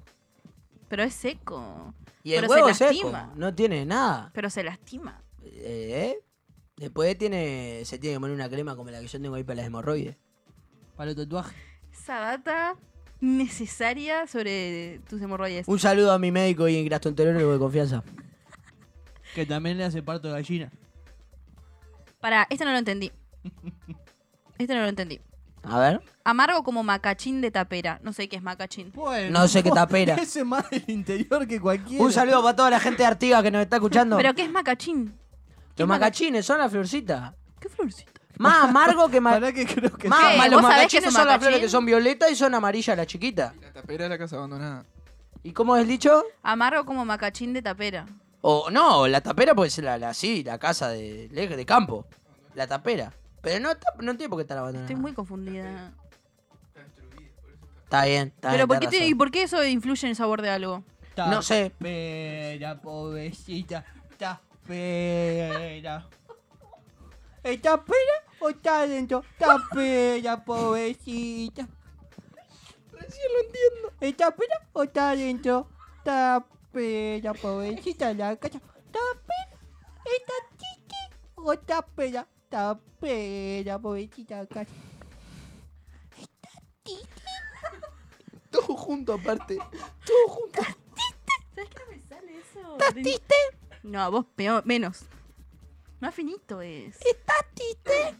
Speaker 4: Pero es seco.
Speaker 6: Y el
Speaker 4: Pero se
Speaker 6: huevo seco.
Speaker 4: lastima.
Speaker 6: No tiene nada.
Speaker 4: Pero se lastima.
Speaker 6: Eh, Después tiene, se tiene que poner una crema como la que yo tengo ahí para las hemorroides.
Speaker 5: Para los tatuajes.
Speaker 4: Esa data necesaria sobre tus hemorroides.
Speaker 6: Un saludo a mi médico y gastroenterólogo de confianza.
Speaker 5: Que también le hace parto de gallina.
Speaker 4: Pará, esta no lo entendí. Esta no lo entendí.
Speaker 6: A ver.
Speaker 4: Amargo como macachín de tapera. No sé qué es macachín.
Speaker 5: Bueno,
Speaker 6: No sé qué tapera.
Speaker 5: Ese más del interior que cualquiera.
Speaker 6: Un saludo para toda la gente de Artigas que nos está escuchando.
Speaker 4: ¿Pero qué es macachín?
Speaker 6: Los macachines son las florcitas.
Speaker 4: ¿Qué florcita?
Speaker 6: Más amargo que más.
Speaker 5: Para que creo que.
Speaker 6: Más,
Speaker 4: ¿Qué?
Speaker 6: más
Speaker 4: ¿Vos
Speaker 6: los
Speaker 4: sabés que es
Speaker 6: macachines
Speaker 4: un
Speaker 6: son las
Speaker 4: macachín?
Speaker 6: flores que son violetas y son amarillas las chiquitas.
Speaker 7: La tapera de la casa abandonada.
Speaker 6: ¿Y cómo es dicho?
Speaker 4: Amargo como macachín de tapera.
Speaker 6: O no, la tapera puede ser la, la sí, la casa de, de campo. La tapera. Pero no, tap- no tiene por qué estar abandonada.
Speaker 4: Estoy muy confundida.
Speaker 6: Está bien, está
Speaker 4: ¿Pero
Speaker 6: bien.
Speaker 4: por qué,
Speaker 6: tenés
Speaker 4: tiene- y
Speaker 6: razón.
Speaker 4: por qué eso influye en el sabor de algo?
Speaker 6: No sé.
Speaker 5: Tapera, pobrecita. Tapera. ¿Está pera o está adentro? Tapera, pobrecita. Recién lo entiendo. ¿Está pera o está adentro? Tapera, pobrecita, la cacha. Tapera. ¿Está chiqui o tapera? Tapera, pobrecita, la cacha.
Speaker 6: Todo junto aparte. Todo junto.
Speaker 4: ¿Sabes qué no me sale eso? ¿Estás No, vos peor, menos. Más finito es. ¿Estás triste?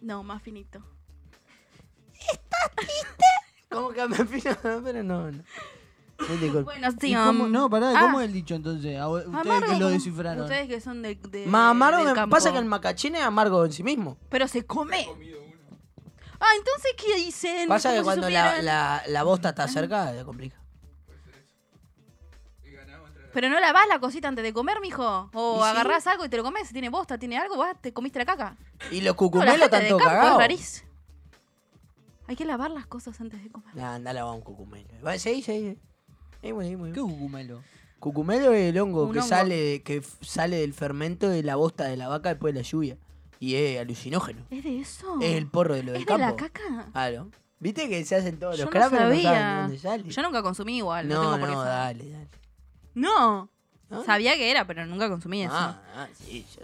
Speaker 4: No, más finito.
Speaker 6: ¿Cómo que me afino? Pero no, no. No te culpo.
Speaker 4: Bueno, sí,
Speaker 5: ¿Y cómo-
Speaker 4: um,
Speaker 5: no, pará,
Speaker 4: ah,
Speaker 5: ¿cómo es el dicho entonces? A vo- Ustedes
Speaker 4: amargo
Speaker 5: que lo
Speaker 4: como-
Speaker 5: descifraron.
Speaker 4: Ustedes que son de, de-
Speaker 6: Más amargo
Speaker 4: del
Speaker 6: que
Speaker 4: campo.
Speaker 6: pasa que el macachín es amargo en sí mismo.
Speaker 4: Pero se come. Ah, entonces, ¿qué dicen?
Speaker 6: Pasa
Speaker 4: ¿Cómo
Speaker 6: que
Speaker 4: si
Speaker 6: cuando la,
Speaker 4: supieran?
Speaker 6: la, la bosta está cerca, se complica.
Speaker 4: Pero no lavás la cosita antes de comer, mijo. O
Speaker 6: ¿Y sí?
Speaker 4: agarrás algo y te lo comes. Si tiene bosta, tiene algo, vas, te comiste la caca.
Speaker 6: Y los
Speaker 4: No, la
Speaker 6: cucumelos
Speaker 4: gente
Speaker 6: están
Speaker 4: de
Speaker 6: todos
Speaker 4: campo es
Speaker 6: cagados.
Speaker 4: rarísimo. Hay que lavar las cosas antes de comer.
Speaker 6: Nah, andá a lavar un cucumelo. Va, seguí, seguí. Eh, bueno, eh, bueno.
Speaker 5: ¿Qué cucumelo?
Speaker 6: Cucumelo es el hongo
Speaker 4: Un
Speaker 6: que
Speaker 4: hongo.
Speaker 6: sale que f- sale del fermento de la bosta de la vaca después de la lluvia. Y es alucinógeno.
Speaker 4: ¿Es de eso?
Speaker 6: Es el porro de lo del
Speaker 4: ¿Es de
Speaker 6: campo.
Speaker 4: la caca?
Speaker 6: Claro. ¿Viste que se hacen todos
Speaker 4: Yo
Speaker 6: los
Speaker 4: no
Speaker 6: crámenes no saben de
Speaker 4: sabía.
Speaker 6: dónde sale?
Speaker 4: Yo nunca consumí igual. No,
Speaker 6: no,
Speaker 4: tengo por qué
Speaker 6: no,
Speaker 4: saber.
Speaker 6: dale, dale.
Speaker 4: No.
Speaker 6: ¿Ah?
Speaker 4: Sabía que era, pero nunca consumí eso.
Speaker 6: Ah, ah, sí, yo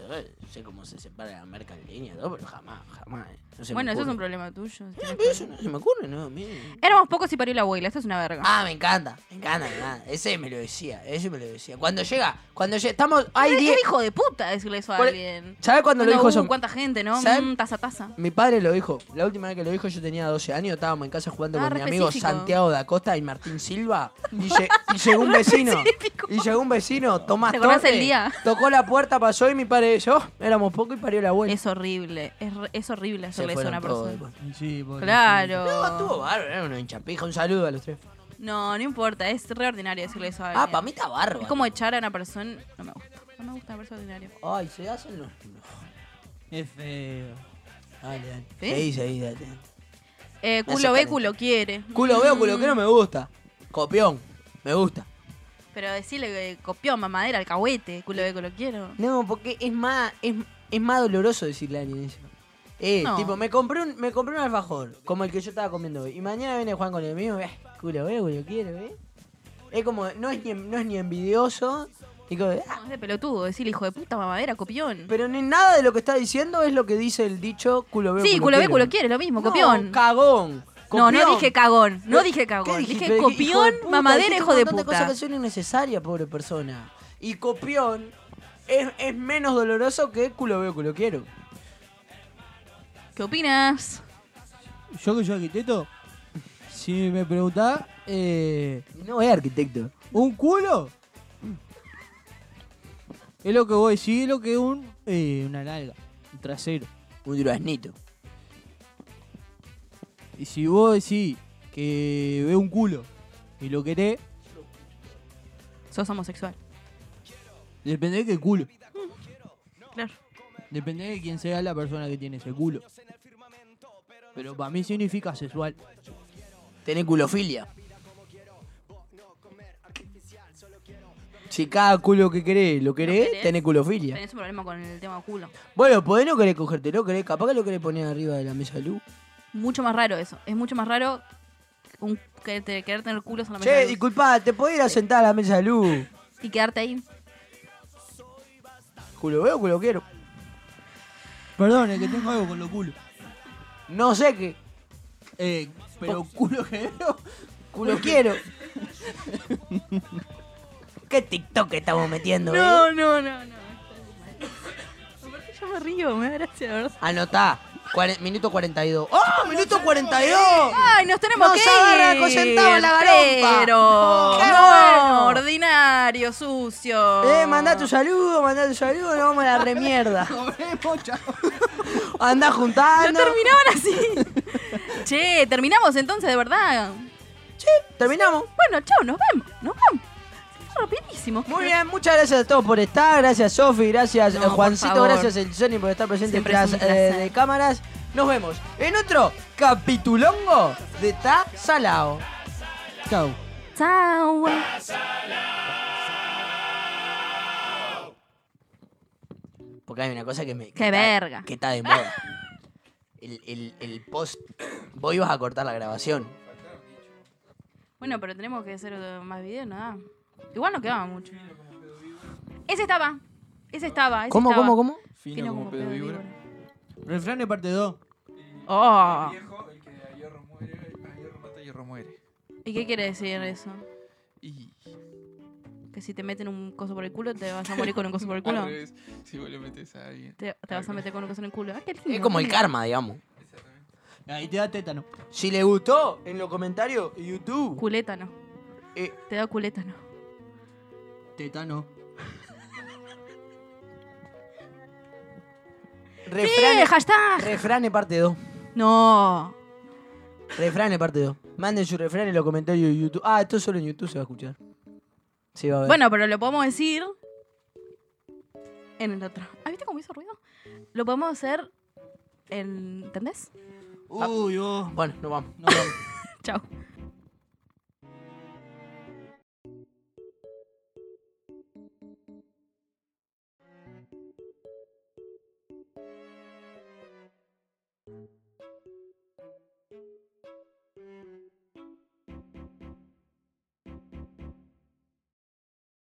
Speaker 6: sé cómo se separa la merca en línea, todo, pero jamás, jamás. eh. No se me
Speaker 4: bueno, eso es un
Speaker 6: ocurre.
Speaker 4: problema tuyo.
Speaker 6: Eso no se me ocurre, no, mire.
Speaker 4: Éramos pocos y parió la abuela. Esto es una verga.
Speaker 6: Ah, me encanta, me encanta, me encanta. Ese me lo decía, ese me lo decía. Cuando llega, cuando llega, estamos, hay
Speaker 4: es,
Speaker 6: 10.
Speaker 4: es hijo de puta decirle eso a
Speaker 6: Por-
Speaker 4: alguien.
Speaker 6: ¿Sabes cuándo lo
Speaker 4: Onda,
Speaker 6: dijo
Speaker 4: uh,
Speaker 6: eso?
Speaker 4: ¿Cuánta gente, no?
Speaker 6: ¿Sabe?
Speaker 4: Mm, taza, taza.
Speaker 6: Mi padre lo dijo. La última vez que lo dijo yo tenía 12 años, estábamos en casa jugando
Speaker 4: Ah,
Speaker 6: con
Speaker 4: re
Speaker 6: mi amigo
Speaker 4: específico.
Speaker 6: Santiago da Costa y Martín Silva. Y, lle- y llegó un vecino. y llegó un vecino
Speaker 9: Bueno, Tomás
Speaker 4: ¿Te acordás
Speaker 9: Torres
Speaker 4: el día?
Speaker 9: tocó la puerta, pasó y mi padre y yo éramos poco y parió la abuela.
Speaker 4: Es horrible. Es, re- es horrible
Speaker 6: Se
Speaker 4: hacerle eso a
Speaker 6: fueron
Speaker 4: una
Speaker 6: todos
Speaker 4: persona.
Speaker 6: después.
Speaker 5: Sí, pobre.
Speaker 4: Claro.
Speaker 6: No, estuvo bárbaro, era una hinchapija. Un saludo a los tres.
Speaker 4: No, no importa, es reordinario decirle eso a alguien.
Speaker 6: Ah, para mí está bárbaro.
Speaker 4: Es como echar a una persona. No me gusta. No me gusta una persona ordinaria.
Speaker 6: Ay, se hacen los. no.
Speaker 5: Es feo.
Speaker 6: Dale, dale.
Speaker 4: ¿Sí?
Speaker 6: Seguí, seguí, dale.
Speaker 4: Eh,
Speaker 6: Me
Speaker 4: culo ve,
Speaker 6: sacan
Speaker 4: culo quiere.
Speaker 9: Culo veo, culo que no me gusta.
Speaker 6: Copión, me gusta.
Speaker 4: Pero decirle que copió mamadera, alcahuete. Culo ve, culo quiero.
Speaker 6: No, porque es más, es, es más doloroso decirle a alguien eso. Eh,
Speaker 4: No.
Speaker 6: tipo, me compré, un, me compré un alfajor, como el que yo estaba comiendo hoy. Y mañana viene Juan con el mismo, eh, culo, eh, culo, quiero, eh. Es como, no es ni, en- no es ni envidioso, ni como, "Ah",
Speaker 4: No, es de pelotudo. Decirle hijo de puta mamadera, copión.
Speaker 6: pero ni nada de lo que está diciendo es lo que dice el dicho culo veo.
Speaker 4: sí, culo ve, culo quiere, lo mismo,
Speaker 6: No,
Speaker 4: copión.
Speaker 6: cagón.
Speaker 4: No, no
Speaker 6: copión.
Speaker 4: dije cagón. No dije
Speaker 6: ¿Qué
Speaker 4: cagón.
Speaker 6: dijiste?
Speaker 4: Dije
Speaker 6: Hijo de
Speaker 4: copión,
Speaker 6: puta,
Speaker 4: mamadera,
Speaker 6: dijiste
Speaker 4: hijo de
Speaker 6: Un montón de cosas
Speaker 4: puta.
Speaker 6: que son innecesarias, pobre persona. Y copión es, es menos doloroso que culo veo, culo quiero.
Speaker 4: ¿Qué opinas?
Speaker 5: Yo que soy arquitecto, si me preguntás, eh,
Speaker 6: No es arquitecto.
Speaker 5: ¿un culo? Es lo que voy a decir, es lo que es un, eh, una nalga, un trasero.
Speaker 6: Un duraznito.
Speaker 5: Y si vos decís que ve un culo y lo querés,
Speaker 4: Sos homosexual.
Speaker 5: depende de qué culo.
Speaker 4: Claro.
Speaker 5: Depende de quién sea la persona que tiene ese culo. Pero para mí significa sexual.
Speaker 6: Tiene culofilia. Si cada culo que querés lo querés,
Speaker 4: ¿Lo querés?
Speaker 6: tenés culofilia.
Speaker 4: Tenés un problema con el tema culo.
Speaker 6: Bueno, podés no querés cogértelo, querés, capaz que lo querés poner arriba de la mesa de luz.
Speaker 4: Mucho más raro eso. Es mucho más raro un- que te- querer tener culos en la mesa de
Speaker 6: Che,
Speaker 4: luz.
Speaker 6: disculpa, ¿te podés ir a sentar a la mesa de luz?
Speaker 4: y quedarte ahí.
Speaker 6: Culo veo, culo quiero.
Speaker 5: Perdón, es que tengo algo con los culos.
Speaker 6: No sé qué.
Speaker 5: Eh,
Speaker 6: Oh.
Speaker 5: pero culo que veo.
Speaker 6: Culo quiero. ¿Qué TikTok estamos metiendo? eh?
Speaker 4: No, no, no, no. Aparte yo me río, me da gracia, la verdad.
Speaker 6: Anotá. Cuare- minuto 42. ¡Oh! ¡Minuto 42!
Speaker 4: ¡Ay, nos tenemos
Speaker 6: Nos
Speaker 4: que
Speaker 6: agarra
Speaker 4: ir!
Speaker 6: cosentado la garompa.
Speaker 4: Pero,
Speaker 6: ¡Qué
Speaker 4: no,
Speaker 6: bueno!
Speaker 4: ordinario, sucio.
Speaker 6: Eh, mandá tu saludo, mandá tu saludo, nos vamos a la remierda. Andá
Speaker 4: No
Speaker 6: juntando.
Speaker 4: terminaban así. che, terminamos entonces, de verdad.
Speaker 6: Terminamos.
Speaker 4: Bueno, chao, nos vemos, nos vemos. Se fue Rapidísimo.
Speaker 6: Muy bien, muchas gracias a todos por estar. Gracias, Sofi. Gracias,
Speaker 4: No,
Speaker 6: eh,
Speaker 4: por
Speaker 6: Juancito.
Speaker 4: favor.
Speaker 6: Gracias, el Sony, por estar presente
Speaker 4: Siempre
Speaker 6: tras
Speaker 4: es un
Speaker 6: eh,
Speaker 4: placer.
Speaker 6: de cámaras. Nos vemos en otro capitulongo de Ta Salao.
Speaker 5: Chao.
Speaker 4: Chao.
Speaker 6: Porque hay una cosa que me. que
Speaker 4: Qué
Speaker 6: está-
Speaker 4: verga.
Speaker 6: Que está de moda. El, el- el post. Vos ibas a cortar la grabación.
Speaker 4: Bueno, pero tenemos que hacer otro- más videos, nada. Igual no quedaba mucho. Ese estaba. Ese estaba. Ese
Speaker 6: ¿Cómo,
Speaker 4: estaba.
Speaker 6: cómo, cómo?
Speaker 4: Fino,
Speaker 7: Fino como pedo de víbora.
Speaker 5: Refrán de parte 2.
Speaker 4: Oh.
Speaker 7: Viejo, el que a hierro muere, a hierro mata, a hierro muere.
Speaker 4: ¿Y qué quiere decir eso?
Speaker 7: Y.
Speaker 4: Que si te meten un coso por el culo, te vas a morir con un coso por el culo.
Speaker 7: Al revés, si vos le metes a alguien.
Speaker 4: Te, te vas a meter con un coso en el culo. Ah, qué lindo.
Speaker 6: Es como el karma, digamos.
Speaker 5: Ahí te da tétano.
Speaker 6: Si le gustó, en los comentarios, YouTube.
Speaker 4: Culétano.
Speaker 6: Eh.
Speaker 4: Te da culétano.
Speaker 5: Tétano.
Speaker 4: ¡Eh,
Speaker 6: Refrán,
Speaker 4: hashtag!
Speaker 6: refrán parte 2.
Speaker 4: No.
Speaker 6: Refrán parte 2. Manden su refrán en los comentarios de YouTube. Ah, esto solo en YouTube se va a escuchar. Sí, va a ver.
Speaker 4: Bueno, pero lo podemos decir en el otro. ¿Ah, viste cómo hizo ruido? Lo podemos hacer en... ¿Entendés?
Speaker 5: Uy, vos.
Speaker 6: Ah. Bueno, nos vamos.
Speaker 5: No, no.
Speaker 4: Chao.